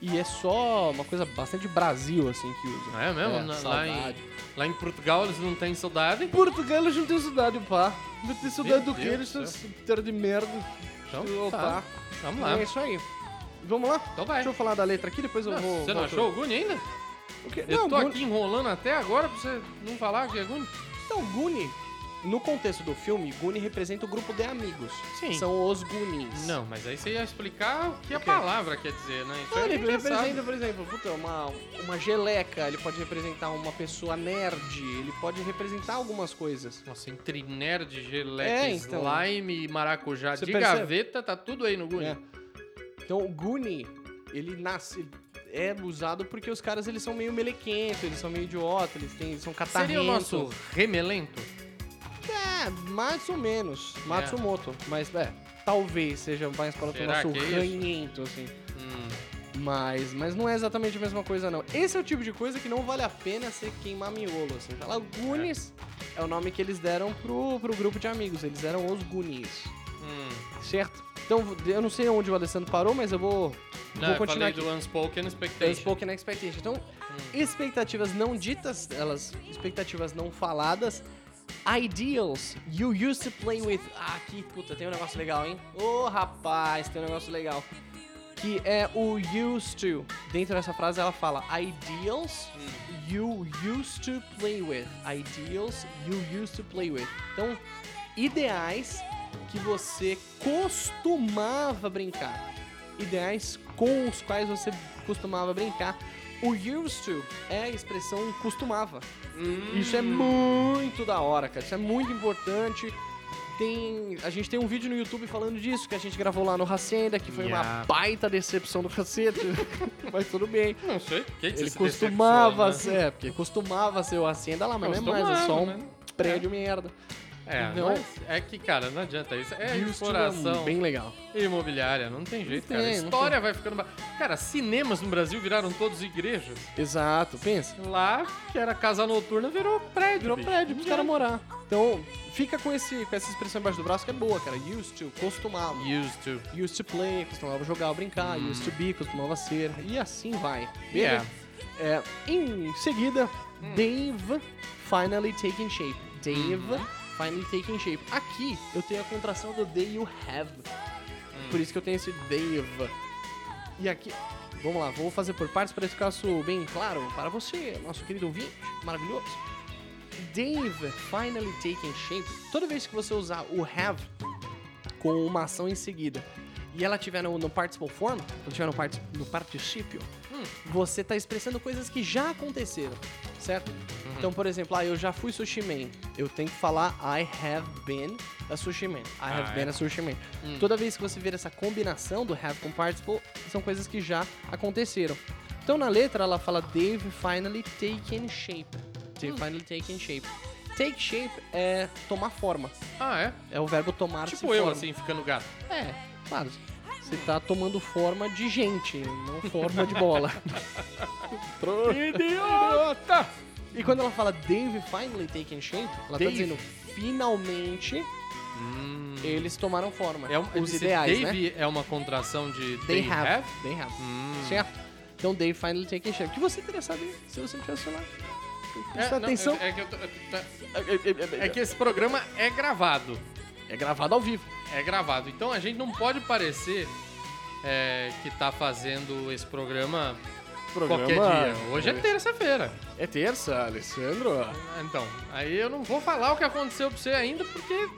[SPEAKER 6] E é só uma coisa bastante Brasil, assim, que usa.
[SPEAKER 5] É mesmo?
[SPEAKER 6] É,
[SPEAKER 5] Na- lá, em,
[SPEAKER 6] saudade.
[SPEAKER 5] lá em Portugal eles não têm saudade.
[SPEAKER 6] Portugal, eles não têm saudade, pá. Não tem
[SPEAKER 5] saudade do quê? Eles são
[SPEAKER 6] de merda.
[SPEAKER 5] Então, tá. Vamos lá.
[SPEAKER 6] É isso aí. Vamos lá?
[SPEAKER 5] Então vai.
[SPEAKER 6] Deixa eu falar da letra aqui, depois eu
[SPEAKER 5] Nossa,
[SPEAKER 6] vou.
[SPEAKER 5] você não
[SPEAKER 6] volto.
[SPEAKER 5] achou o Guni ainda?
[SPEAKER 6] O quê?
[SPEAKER 5] Eu
[SPEAKER 6] Não,
[SPEAKER 5] tô
[SPEAKER 6] Guni-
[SPEAKER 5] aqui enrolando até agora pra você não falar que é Guni.
[SPEAKER 6] Então, Guni, no contexto do filme, Guni representa o grupo de amigos.
[SPEAKER 5] Sim.
[SPEAKER 6] São os Goonies.
[SPEAKER 5] Não, mas aí você ia explicar o que a
[SPEAKER 6] quê?
[SPEAKER 5] palavra quer dizer, né? Isso
[SPEAKER 6] Então,
[SPEAKER 5] aí
[SPEAKER 6] ele
[SPEAKER 5] a gente já
[SPEAKER 6] representa,
[SPEAKER 5] sabe.
[SPEAKER 6] por exemplo, puta, é uma, uma geleca, ele pode representar uma pessoa nerd, ele pode representar algumas coisas.
[SPEAKER 5] Nossa, entre nerd, geleca,
[SPEAKER 6] É, então.
[SPEAKER 5] slime e maracujá
[SPEAKER 6] Você
[SPEAKER 5] de
[SPEAKER 6] percebe?
[SPEAKER 5] gaveta, tá tudo aí no Guni.
[SPEAKER 6] É. Então, o Goonie, ele nasce... ele É usado porque os caras eles são meio melequento, eles são meio idiota, eles, têm, eles são catarrentos.
[SPEAKER 5] Seria o nosso remelento?
[SPEAKER 6] É, mais ou
[SPEAKER 5] É.
[SPEAKER 6] menos. Matsumoto. Mas, é, talvez seja mais para o
[SPEAKER 5] Será
[SPEAKER 6] nosso
[SPEAKER 5] que é isso?
[SPEAKER 6] ranhento, assim.
[SPEAKER 5] Hum,
[SPEAKER 6] Mas, mas não é exatamente a mesma coisa, não. Esse é o tipo de coisa que não vale a pena ser queimar miolo, assim. Falar Goonies é. o nome que eles deram pro, pro grupo de amigos. Eles eram os Goonies,
[SPEAKER 5] hum.
[SPEAKER 6] certo? Então, eu não sei onde o Alessandro parou, mas eu vou,
[SPEAKER 5] Não,
[SPEAKER 6] vou
[SPEAKER 5] eu falei
[SPEAKER 6] continuar aqui.
[SPEAKER 5] do Unspoken Expectation.
[SPEAKER 6] Unspoken Expectation. Então, expectativas não ditas, elas... Expectativas não faladas. Ideals you used to play with... Ah, que puta, tem um negócio legal, hein? Ô, rapaz, tem um negócio legal. Que é o used to. Dentro dessa frase ela fala ideals you used to play with. Ideals you used to play with. Então, ideais que você costumava brincar. Ideais com os quais você costumava brincar. O used to é a expressão costumava.
[SPEAKER 5] Hum.
[SPEAKER 6] Isso é muito da hora, cara. Isso é muito importante. Tem, a gente tem um vídeo no YouTube falando disso, que a gente gravou lá no Racenda, que foi uma
[SPEAKER 5] Yeah.
[SPEAKER 6] baita decepção do cacete. <laughs> Mas tudo bem.
[SPEAKER 5] Não sei. Que né? que
[SPEAKER 6] Ele
[SPEAKER 5] se
[SPEAKER 6] costumava
[SPEAKER 5] decepciona?
[SPEAKER 6] ser, é, porque costumava ser o Hacienda lá, mas não é mais, é só um
[SPEAKER 5] Costumava, né?
[SPEAKER 6] prédio merda.
[SPEAKER 5] É,
[SPEAKER 6] Não.
[SPEAKER 5] mas é que, cara, não adianta isso. É
[SPEAKER 6] Houston
[SPEAKER 5] exploração
[SPEAKER 6] bem legal.
[SPEAKER 5] imobiliária, não tem jeito,
[SPEAKER 6] tem,
[SPEAKER 5] cara.
[SPEAKER 6] não
[SPEAKER 5] História vai ficando... ba- Cara, cinemas no Brasil viraram todos igrejas.
[SPEAKER 6] Exato, pensa.
[SPEAKER 5] Lá, que era casa noturna, virou prédio,
[SPEAKER 6] Virou
[SPEAKER 5] bicho.
[SPEAKER 6] prédio pros caras morar. Então, fica com, esse, com essa expressão embaixo do braço que é boa, cara. Used to, costumava.
[SPEAKER 5] Used to.
[SPEAKER 6] Used to play, costumava jogar ou brincar. Used to be, costumava ser. E assim vai.
[SPEAKER 5] Yeah.
[SPEAKER 6] Beleza? É, em seguida, Dave finally taking shape. Dave finally taking shape. Aqui eu tenho a contração do they you have. Por isso que eu tenho esse Dave. E aqui, vamos lá, vou fazer por partes para ficar isso bem claro para você, nosso querido ouvinte maravilhoso. Dave finally taking shape. Toda vez que você usar o have com uma ação em seguida e ela tiver no, no participle form, quando tiver no, part, no participio,
[SPEAKER 5] Hum.
[SPEAKER 6] você está expressando coisas que já aconteceram, certo?
[SPEAKER 5] Uhum.
[SPEAKER 6] Então, por exemplo, ah, eu já fui sushi man. Eu tenho que falar I have been a sushi man. I
[SPEAKER 5] Ah,
[SPEAKER 6] have
[SPEAKER 5] é?
[SPEAKER 6] been a sushi man.
[SPEAKER 5] Hum.
[SPEAKER 6] Toda vez que você ver essa combinação do have com participle, são coisas que já aconteceram. Então, na letra, ela fala Dave finally taken shape. Dave
[SPEAKER 5] Hum.
[SPEAKER 6] finally taken shape. Take shape é tomar forma.
[SPEAKER 5] Ah, é?
[SPEAKER 6] É o verbo tomar se
[SPEAKER 5] Tipo eu,
[SPEAKER 6] forma.
[SPEAKER 5] assim, ficando gato.
[SPEAKER 6] É, claro. Você tá tomando forma de gente, não forma de bola. Idiota! <laughs> E quando ela fala Dave finally taken shape, ela tá
[SPEAKER 5] Dave.
[SPEAKER 6] dizendo finalmente eles tomaram forma.
[SPEAKER 5] <laughs> Hum. É um,
[SPEAKER 6] os
[SPEAKER 5] esse
[SPEAKER 6] ideais, né?
[SPEAKER 5] Dave é uma contração de
[SPEAKER 6] They,
[SPEAKER 5] they,
[SPEAKER 6] have.
[SPEAKER 5] have. Hum.
[SPEAKER 6] They have. Certo? Então Dave finally taken shape. O que você teria saber se você não tivesse celular?
[SPEAKER 5] É,
[SPEAKER 6] Presta
[SPEAKER 5] não,
[SPEAKER 6] atenção.
[SPEAKER 5] É, é que eu tô- tá-
[SPEAKER 6] É,
[SPEAKER 5] é que esse programa é gravado.
[SPEAKER 6] é gravado ao vivo.
[SPEAKER 5] É gravado. Então a gente não pode parecer é, que tá fazendo esse programa, qualquer dia. Hoje é terça-feira.
[SPEAKER 6] É terça, Alessandro.
[SPEAKER 5] Então, aí eu não vou falar o que aconteceu pra você ainda, porque
[SPEAKER 6] É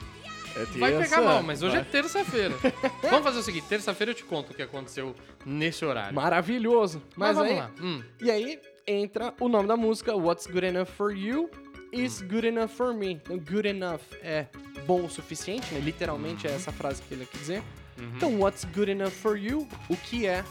[SPEAKER 6] terça.
[SPEAKER 5] vai pegar mal, mas hoje é
[SPEAKER 6] <laughs>
[SPEAKER 5] terça-feira. Vamos fazer o seguinte, terça-feira eu te conto o que aconteceu nesse horário.
[SPEAKER 6] Maravilhoso. Mas,
[SPEAKER 5] vamos
[SPEAKER 6] aí,
[SPEAKER 5] lá. Hum.
[SPEAKER 6] E aí entra o nome da música, What's Good Enough For You Is
[SPEAKER 5] Hum.
[SPEAKER 6] Good Enough For Me. Então, good enough é bom o suficiente, né? Literalmente é essa frase que ele quer dizer.
[SPEAKER 5] Uhum.
[SPEAKER 6] Então, what's good enough for you? O que é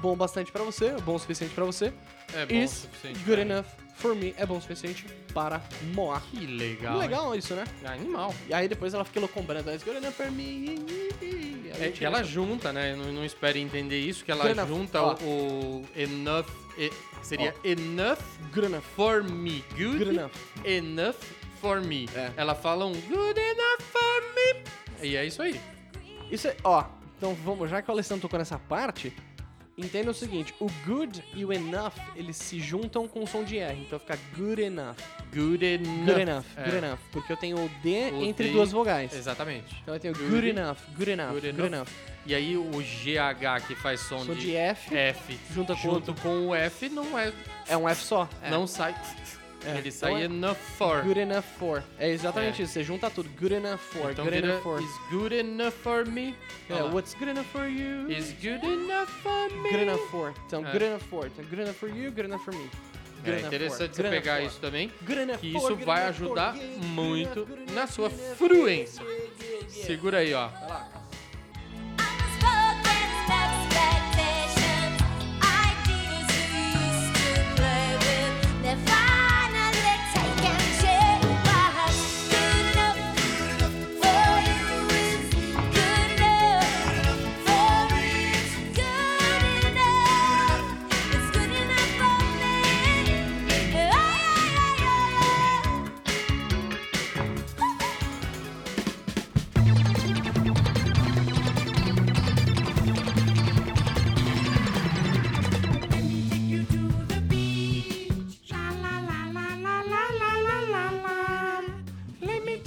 [SPEAKER 6] bom bastante pra você, bom o suficiente pra você.
[SPEAKER 5] É bom o
[SPEAKER 6] is
[SPEAKER 5] suficiente
[SPEAKER 6] good
[SPEAKER 5] pra mim.
[SPEAKER 6] enough for me. É bom o suficiente para Moa.
[SPEAKER 5] Que legal.
[SPEAKER 6] Legal isso, né?
[SPEAKER 5] hein? Animal.
[SPEAKER 6] E aí depois ela fica loucombrando. It's good enough for me. E aí
[SPEAKER 5] É que
[SPEAKER 6] tira
[SPEAKER 5] ela
[SPEAKER 6] essa-
[SPEAKER 5] junta, né? Não, não espere entender isso, que ela
[SPEAKER 6] Good enough.
[SPEAKER 5] junta
[SPEAKER 6] Ó.
[SPEAKER 5] o, o enough. e- seria enough
[SPEAKER 6] Good enough.
[SPEAKER 5] for me. Good,
[SPEAKER 6] Good enough.
[SPEAKER 5] enough for me.
[SPEAKER 6] É.
[SPEAKER 5] Ela fala um good enough for me. E é isso aí.
[SPEAKER 6] Isso é, ó, então vamos, já que o Alessandro tocou nessa parte, entenda o seguinte, o good e o enough, eles se juntam com o som de R, então fica good enough,
[SPEAKER 5] Good enough.
[SPEAKER 6] good enough,
[SPEAKER 5] É.
[SPEAKER 6] good enough, porque eu tenho o D
[SPEAKER 5] O
[SPEAKER 6] entre
[SPEAKER 5] D-
[SPEAKER 6] duas vogais.
[SPEAKER 5] Exatamente.
[SPEAKER 6] Então eu tenho good, enough, good enough,
[SPEAKER 5] Good
[SPEAKER 6] good,
[SPEAKER 5] enough.
[SPEAKER 6] enough.
[SPEAKER 5] E aí o GH que faz som,
[SPEAKER 6] Som de F,
[SPEAKER 5] F
[SPEAKER 6] junta com
[SPEAKER 5] junto
[SPEAKER 6] outro.
[SPEAKER 5] com o F não é.
[SPEAKER 6] É um F só. é.
[SPEAKER 5] Não sai.
[SPEAKER 6] É.
[SPEAKER 5] Ele sai
[SPEAKER 6] Então
[SPEAKER 5] enough for.
[SPEAKER 6] Good enough for. É exatamente
[SPEAKER 5] É.
[SPEAKER 6] isso, você junta tudo. Good enough for,
[SPEAKER 5] então
[SPEAKER 6] good
[SPEAKER 5] vira,
[SPEAKER 6] enough for.
[SPEAKER 5] is good enough for me.
[SPEAKER 6] É, what's good enough for you?
[SPEAKER 5] Is good enough for me.
[SPEAKER 6] Good enough for. Então,
[SPEAKER 5] É.
[SPEAKER 6] good enough for. Então, good enough for you, good enough for me. Good
[SPEAKER 5] É
[SPEAKER 6] enough for,
[SPEAKER 5] interessante você
[SPEAKER 6] good enough
[SPEAKER 5] pegar
[SPEAKER 6] for.
[SPEAKER 5] isso também,
[SPEAKER 6] Good enough
[SPEAKER 5] que
[SPEAKER 6] for,
[SPEAKER 5] isso
[SPEAKER 6] good
[SPEAKER 5] vai
[SPEAKER 6] enough for,
[SPEAKER 5] ajudar
[SPEAKER 6] yeah, good
[SPEAKER 5] muito
[SPEAKER 6] enough, good
[SPEAKER 5] na
[SPEAKER 6] enough,
[SPEAKER 5] sua É
[SPEAKER 6] good enough,
[SPEAKER 5] fruência.
[SPEAKER 6] yeah, yeah, yeah.
[SPEAKER 5] Segura aí, ó.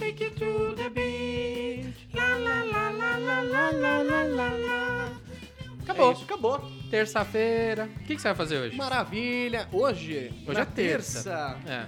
[SPEAKER 6] Acabou,
[SPEAKER 5] É isso.
[SPEAKER 6] acabou.
[SPEAKER 5] Terça-feira. O que, que você vai fazer hoje?
[SPEAKER 6] Maravilha. Hoje,
[SPEAKER 5] Hoje
[SPEAKER 6] na
[SPEAKER 5] é terça. É.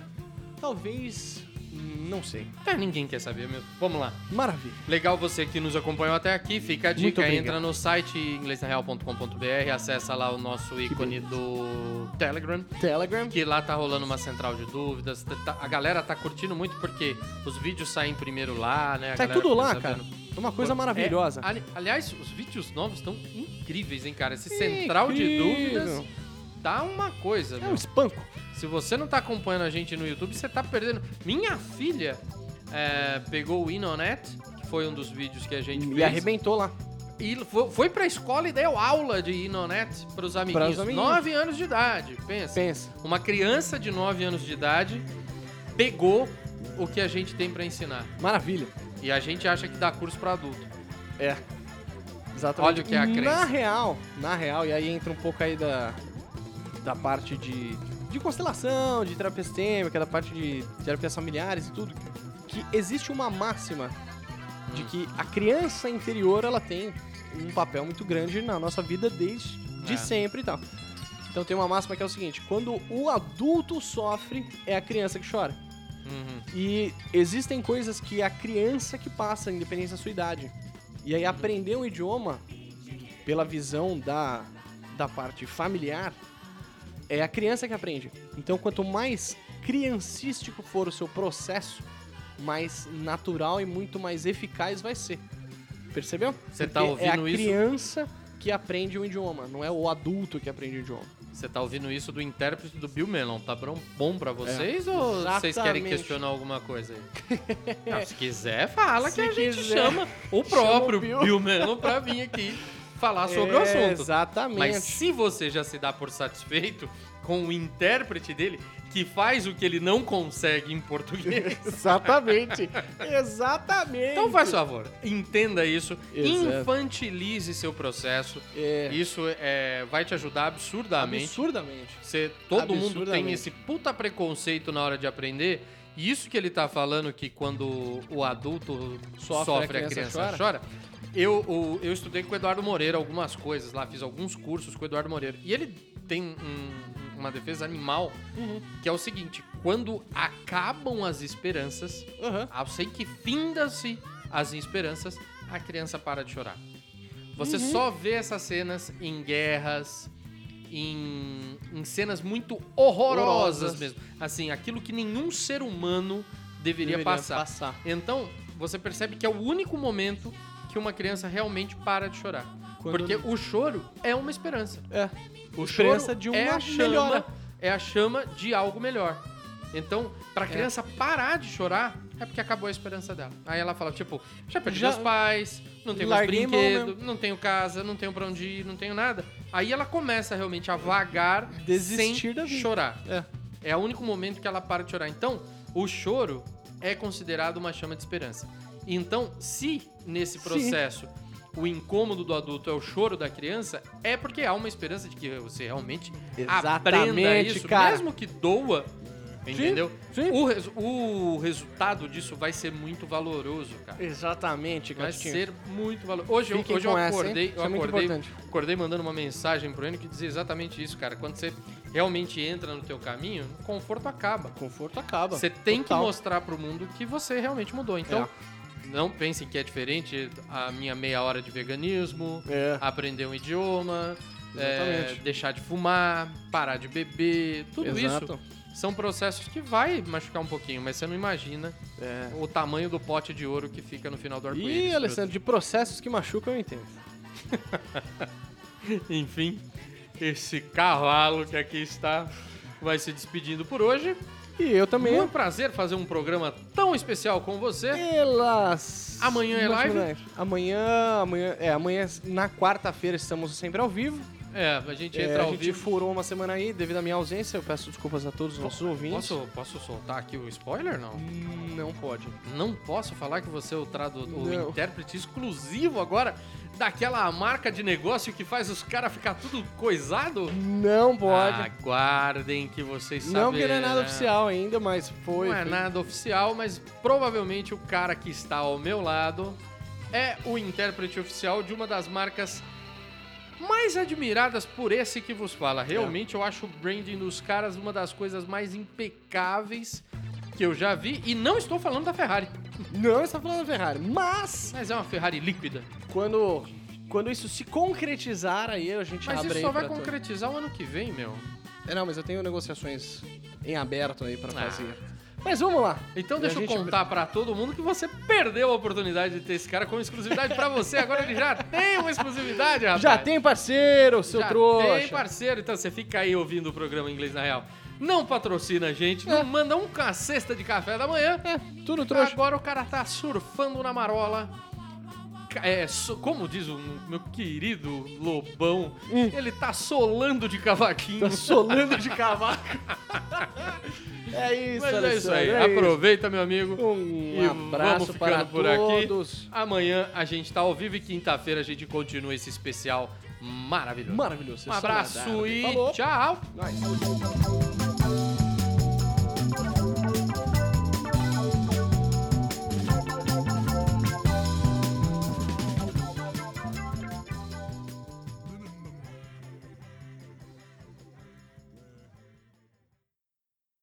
[SPEAKER 6] talvez Não sei.
[SPEAKER 5] Tá, ninguém quer saber mesmo. Vamos lá.
[SPEAKER 6] Maravilha.
[SPEAKER 5] Legal você que nos acompanhou até aqui. Fica a
[SPEAKER 6] Muito
[SPEAKER 5] dica,
[SPEAKER 6] obrigado.
[SPEAKER 5] entra no site inglesnareal.com.br, acessa lá o nosso ícone do Telegram.
[SPEAKER 6] Telegram.
[SPEAKER 5] Que lá tá rolando uma central de dúvidas. tá- tá- a galera tá curtindo muito porque os vídeos saem primeiro lá, né? A
[SPEAKER 6] Tá
[SPEAKER 5] galera
[SPEAKER 6] tudo lá,
[SPEAKER 5] fica
[SPEAKER 6] cara.
[SPEAKER 5] sabendo.
[SPEAKER 6] É Uma coisa
[SPEAKER 5] É,
[SPEAKER 6] maravilhosa.
[SPEAKER 5] ali- aliás, os vídeos novos estão incríveis, hein, cara? Esse central de
[SPEAKER 6] Incrível.
[SPEAKER 5] dúvidas dá uma coisa,
[SPEAKER 6] É
[SPEAKER 5] meu.
[SPEAKER 6] um espanco.
[SPEAKER 5] Se você não tá acompanhando a gente no YouTube, você tá perdendo. Minha filha é, pegou o Inonet, que foi um dos vídeos que a gente
[SPEAKER 6] E
[SPEAKER 5] fez.
[SPEAKER 6] arrebentou lá.
[SPEAKER 5] E foi, foi pra escola e deu aula de Inonet pros amiguinhos.
[SPEAKER 6] Pros amiguinhos.
[SPEAKER 5] 9 anos de idade, pensa.
[SPEAKER 6] Pensa.
[SPEAKER 5] Uma criança de 9 anos de idade pegou o que a gente tem pra ensinar.
[SPEAKER 6] Maravilha.
[SPEAKER 5] E a gente acha que dá curso pra adulto.
[SPEAKER 6] É. Exatamente.
[SPEAKER 5] Olha o que é a
[SPEAKER 6] Na
[SPEAKER 5] crença.
[SPEAKER 6] real, na real, e aí entra um pouco aí da, da parte de, de constelação, de terapia sistêmica, da parte de terapias familiares e tudo, que existe uma máxima
[SPEAKER 5] Hum.
[SPEAKER 6] de que a criança interior, ela tem um papel muito grande na nossa vida desde de
[SPEAKER 5] É.
[SPEAKER 6] sempre e tal. Então tem uma máxima que é o seguinte, quando o adulto sofre, é a criança que chora. E existem coisas que a criança que passa, independente da sua idade. E aí aprender um idioma, pela visão da, da parte familiar, é a criança que aprende. Então quanto mais criancístico for o seu processo, mais natural e muito mais eficaz vai ser. Percebeu?
[SPEAKER 5] Você tá
[SPEAKER 6] Porque
[SPEAKER 5] ouvindo
[SPEAKER 6] é a
[SPEAKER 5] isso?
[SPEAKER 6] criança que aprende um idioma, não é o adulto que aprende um idioma.
[SPEAKER 5] Você tá ouvindo isso do intérprete do Bill Melon. Tá bom, bom pra vocês ou vocês
[SPEAKER 6] É. Exatamente.
[SPEAKER 5] querem questionar alguma coisa aí? <laughs> Não, se quiser, fala
[SPEAKER 6] Se
[SPEAKER 5] que a gente
[SPEAKER 6] quiser.
[SPEAKER 5] chama o próprio
[SPEAKER 6] Chama o Bill.
[SPEAKER 5] Bill. Melon pra vir aqui falar sobre o
[SPEAKER 6] É,
[SPEAKER 5] assunto.
[SPEAKER 6] Exatamente.
[SPEAKER 5] Mas se você já se dá por satisfeito com o intérprete dele, que faz o que ele não consegue em
[SPEAKER 6] <laughs>
[SPEAKER 5] português,
[SPEAKER 6] Exatamente. Exatamente.
[SPEAKER 5] então faz favor, entenda isso,
[SPEAKER 6] Exato.
[SPEAKER 5] infantilize seu processo.
[SPEAKER 6] É,
[SPEAKER 5] Isso é, vai te ajudar absurdamente.
[SPEAKER 6] absurdamente.
[SPEAKER 5] Você, todo mundo tem
[SPEAKER 6] Absurdamente.
[SPEAKER 5] esse puta preconceito na hora de aprender. E isso que ele tá falando que quando o adulto sofre, a criança, chora. Eu, o- eu estudei com o Eduardo Moreira algumas coisas lá, fiz alguns cursos com o Eduardo Moreira. E ele tem um- uma defesa animal, que é o seguinte: quando acabam as esperanças,
[SPEAKER 6] Aham.
[SPEAKER 5] ao sei que finda-se as esperanças, a criança para de chorar. Você só vê essas cenas em guerras, em, em cenas muito horrorosas,
[SPEAKER 6] Horrorosas.
[SPEAKER 5] mesmo. Assim, aquilo que nenhum ser humano deveria, passar. Então, você percebe que é o único momento que uma criança realmente para de chorar.
[SPEAKER 6] Quando-
[SPEAKER 5] Porque o choro é uma esperança.
[SPEAKER 6] É.
[SPEAKER 5] O
[SPEAKER 6] Esperança
[SPEAKER 5] choro
[SPEAKER 6] de uma
[SPEAKER 5] é a chama,
[SPEAKER 6] melhora.
[SPEAKER 5] É a chama de algo melhor. Então,
[SPEAKER 6] É.
[SPEAKER 5] pra criança parar de chorar, é porque acabou a esperança dela. Aí ela fala, tipo, já perdi
[SPEAKER 6] Já-
[SPEAKER 5] meus pais, não tenho mais
[SPEAKER 6] Larguei mão
[SPEAKER 5] brinquedo, não tenho casa, não tenho pra onde ir, não tenho nada. Aí ela começa realmente a vagar
[SPEAKER 6] Desistir
[SPEAKER 5] sem
[SPEAKER 6] da vida.
[SPEAKER 5] chorar.
[SPEAKER 6] É.
[SPEAKER 5] É o único momento que ela para de chorar. Então, o choro é considerado uma chama de esperança. Então, se nesse processo o incômodo do adulto é o choro da criança, é porque há uma esperança de que você realmente aprenda
[SPEAKER 6] Exatamente,
[SPEAKER 5] isso,
[SPEAKER 6] cara.
[SPEAKER 5] mesmo que doa, entendeu?
[SPEAKER 6] sim.
[SPEAKER 5] O, resu- o resultado disso vai ser muito valoroso, cara.
[SPEAKER 6] Exatamente,
[SPEAKER 5] Vai
[SPEAKER 6] Castinho.
[SPEAKER 5] ser muito valoroso. Hoje, eu,
[SPEAKER 6] Fiquem
[SPEAKER 5] hoje eu
[SPEAKER 6] com essa, hein?
[SPEAKER 5] acordei,
[SPEAKER 6] Isso
[SPEAKER 5] eu
[SPEAKER 6] é muito
[SPEAKER 5] acordei,
[SPEAKER 6] importante.
[SPEAKER 5] acordei mandando uma mensagem pro Enio que dizia exatamente isso, cara. Quando você realmente entra no teu caminho, o conforto acaba.
[SPEAKER 6] Conforto acaba.
[SPEAKER 5] Você tem
[SPEAKER 6] Tá Total.
[SPEAKER 5] que mostrar pro mundo que você realmente mudou. Então,
[SPEAKER 6] É.
[SPEAKER 5] não pensem que é diferente a minha meia hora de veganismo,
[SPEAKER 6] É.
[SPEAKER 5] aprender um idioma, é,
[SPEAKER 6] Exatamente.
[SPEAKER 5] deixar de fumar, parar de beber, tudo
[SPEAKER 6] Exato.
[SPEAKER 5] isso são processos que vai machucar um pouquinho, mas você não imagina
[SPEAKER 6] É.
[SPEAKER 5] o tamanho do pote de ouro que fica no final do arco-íris.
[SPEAKER 6] Ih, Alessandro, de processos que machucam, eu entendo.
[SPEAKER 5] Enfim, esse cavalo que aqui está vai se despedindo por hoje.
[SPEAKER 6] E eu também.
[SPEAKER 5] Foi um prazer fazer um programa tão especial com você.
[SPEAKER 6] Elas.
[SPEAKER 5] Amanhã é
[SPEAKER 6] Muito
[SPEAKER 5] live?
[SPEAKER 6] bem. Amanhã, amanhã, é, amanhã na quarta-feira estamos sempre ao vivo.
[SPEAKER 5] É, a gente
[SPEAKER 6] É,
[SPEAKER 5] entra
[SPEAKER 6] a
[SPEAKER 5] ao
[SPEAKER 6] gente
[SPEAKER 5] vivo.
[SPEAKER 6] furou uma semana aí devido à minha ausência. Eu peço desculpas a todos os nossos ouvintes. Hum,
[SPEAKER 5] Posso, posso soltar aqui o spoiler, não?
[SPEAKER 6] Não pode.
[SPEAKER 5] Não posso falar que você é o, tradu- o
[SPEAKER 6] Não.
[SPEAKER 5] intérprete exclusivo agora daquela marca de negócio que faz os caras ficar tudo coisado?
[SPEAKER 6] Não pode.
[SPEAKER 5] Aguardem que vocês sabem.
[SPEAKER 6] não Ah, que não é nada
[SPEAKER 5] né?
[SPEAKER 6] oficial ainda, mas foi.
[SPEAKER 5] Não é
[SPEAKER 6] foi.
[SPEAKER 5] nada oficial, mas provavelmente o cara que está ao meu lado é o intérprete oficial de uma das marcas mais admiradas por esse que
[SPEAKER 6] É.
[SPEAKER 5] vos fala. Realmente eu acho o branding dos caras uma das coisas mais impecáveis que eu já vi e não estou falando da Ferrari.
[SPEAKER 6] Não está falando da Ferrari, mas
[SPEAKER 5] Mas é uma Ferrari líquida.
[SPEAKER 6] quando, quando isso se concretizar, aí a gente
[SPEAKER 5] Mas
[SPEAKER 6] abre
[SPEAKER 5] isso
[SPEAKER 6] aí
[SPEAKER 5] só vai
[SPEAKER 6] pra todo-
[SPEAKER 5] concretizar o ano que vem, meu.
[SPEAKER 6] É, Não, mas eu tenho negociações em aberto aí pra
[SPEAKER 5] Ah.
[SPEAKER 6] fazer. Mas vamos lá.
[SPEAKER 5] Então
[SPEAKER 6] E
[SPEAKER 5] deixa
[SPEAKER 6] a
[SPEAKER 5] eu
[SPEAKER 6] gente-
[SPEAKER 5] contar pra todo mundo que você perdeu a oportunidade de ter esse cara com exclusividade pra você. Agora ele já tem uma exclusividade, rapaz.
[SPEAKER 6] <laughs> Já tem parceiro, seu
[SPEAKER 5] Já
[SPEAKER 6] trouxa.
[SPEAKER 5] tem parceiro, então você fica aí ouvindo o programa em Inglês na Real. Não patrocina a gente, não manda um ca- cesta de café da manhã.
[SPEAKER 6] É, Tudo É. trouxa.
[SPEAKER 5] Agora o cara tá surfando na marola. Ca- É, so- como diz o meu querido Lobão, ele tá solando de cavaquinho.
[SPEAKER 6] Hum. Tá solando de cavaco. <laughs> é isso,
[SPEAKER 5] Mas é isso
[SPEAKER 6] Alessandro,
[SPEAKER 5] aí.
[SPEAKER 6] isso.
[SPEAKER 5] Aproveita, meu amigo.
[SPEAKER 6] Um
[SPEAKER 5] E vamos
[SPEAKER 6] abraço
[SPEAKER 5] ficando
[SPEAKER 6] para
[SPEAKER 5] por aqui.
[SPEAKER 6] todos.
[SPEAKER 5] Amanhã a gente tá ao vivo e quinta-feira a gente continua esse especial maravilhoso.
[SPEAKER 6] Um Maravilhoso.
[SPEAKER 5] Um abraço e
[SPEAKER 6] Falou.
[SPEAKER 5] tchau.
[SPEAKER 6] Nós.
[SPEAKER 10] Thank